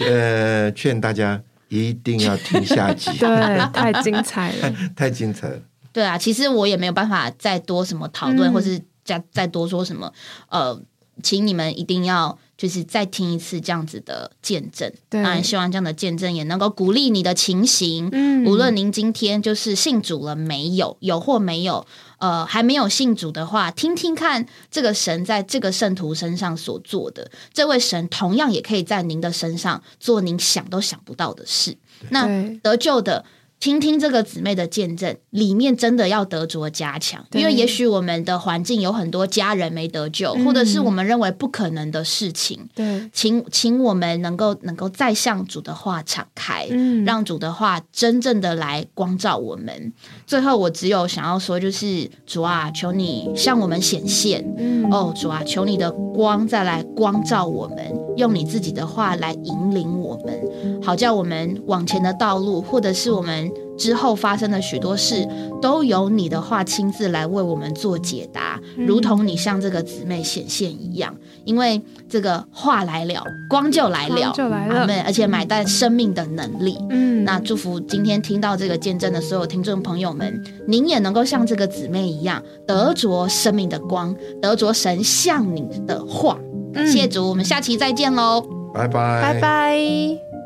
Speaker 6: 是呃劝大家一定要听下集，
Speaker 5: 对，太精彩 了。
Speaker 6: 太精彩了。
Speaker 1: 对啊，其实我也没有办法再多什么讨论，
Speaker 5: 嗯
Speaker 1: 或是再再多说什么。呃，请你们一定要就是再听一次这样子的见证。
Speaker 5: 对
Speaker 1: 当然，希望这样的见证也能够鼓励你的情形。
Speaker 5: 嗯
Speaker 1: 无论您今天就是信主了没有，有或没有，呃，还没有信主的话，听听看这个神在这个圣徒身上所做的，这位神同样也可以在您的身上做您想都想不到的事。那
Speaker 5: 对
Speaker 1: 得救的，听听这个姊妹的见证，里面真的要得着加强，
Speaker 5: 对
Speaker 1: 因为也许我们的环境有很多家人没得救，
Speaker 5: 嗯
Speaker 1: 或者是我们认为不可能的事情，
Speaker 5: 对，
Speaker 1: 请请我们能够能够再向主的话敞开。
Speaker 5: 嗯，
Speaker 1: 让主的话真正的来光照我们。最后，我只有想要说，就是主啊，求你向我们显现，
Speaker 5: 嗯
Speaker 1: 哦，主啊，求你的光再来光照我们，用你自己的话来引领我们，好叫我们往前的道路，或者是我们之后发生的许多事，都由你的话亲自来为我们做解答，
Speaker 5: 嗯
Speaker 1: 如同你向这个姊妹显现一样。因为这个话来了，光就来了，
Speaker 5: 光就来了
Speaker 1: 阿们而且买单生命的能力。
Speaker 5: 嗯
Speaker 1: 那祝福今天听到这个见证的所有听众朋友们，您也能够像这个姊妹一样，得着生命的光，得着神像你的话。感谢主，我们下期再见喽。
Speaker 6: 拜拜，
Speaker 5: 拜拜。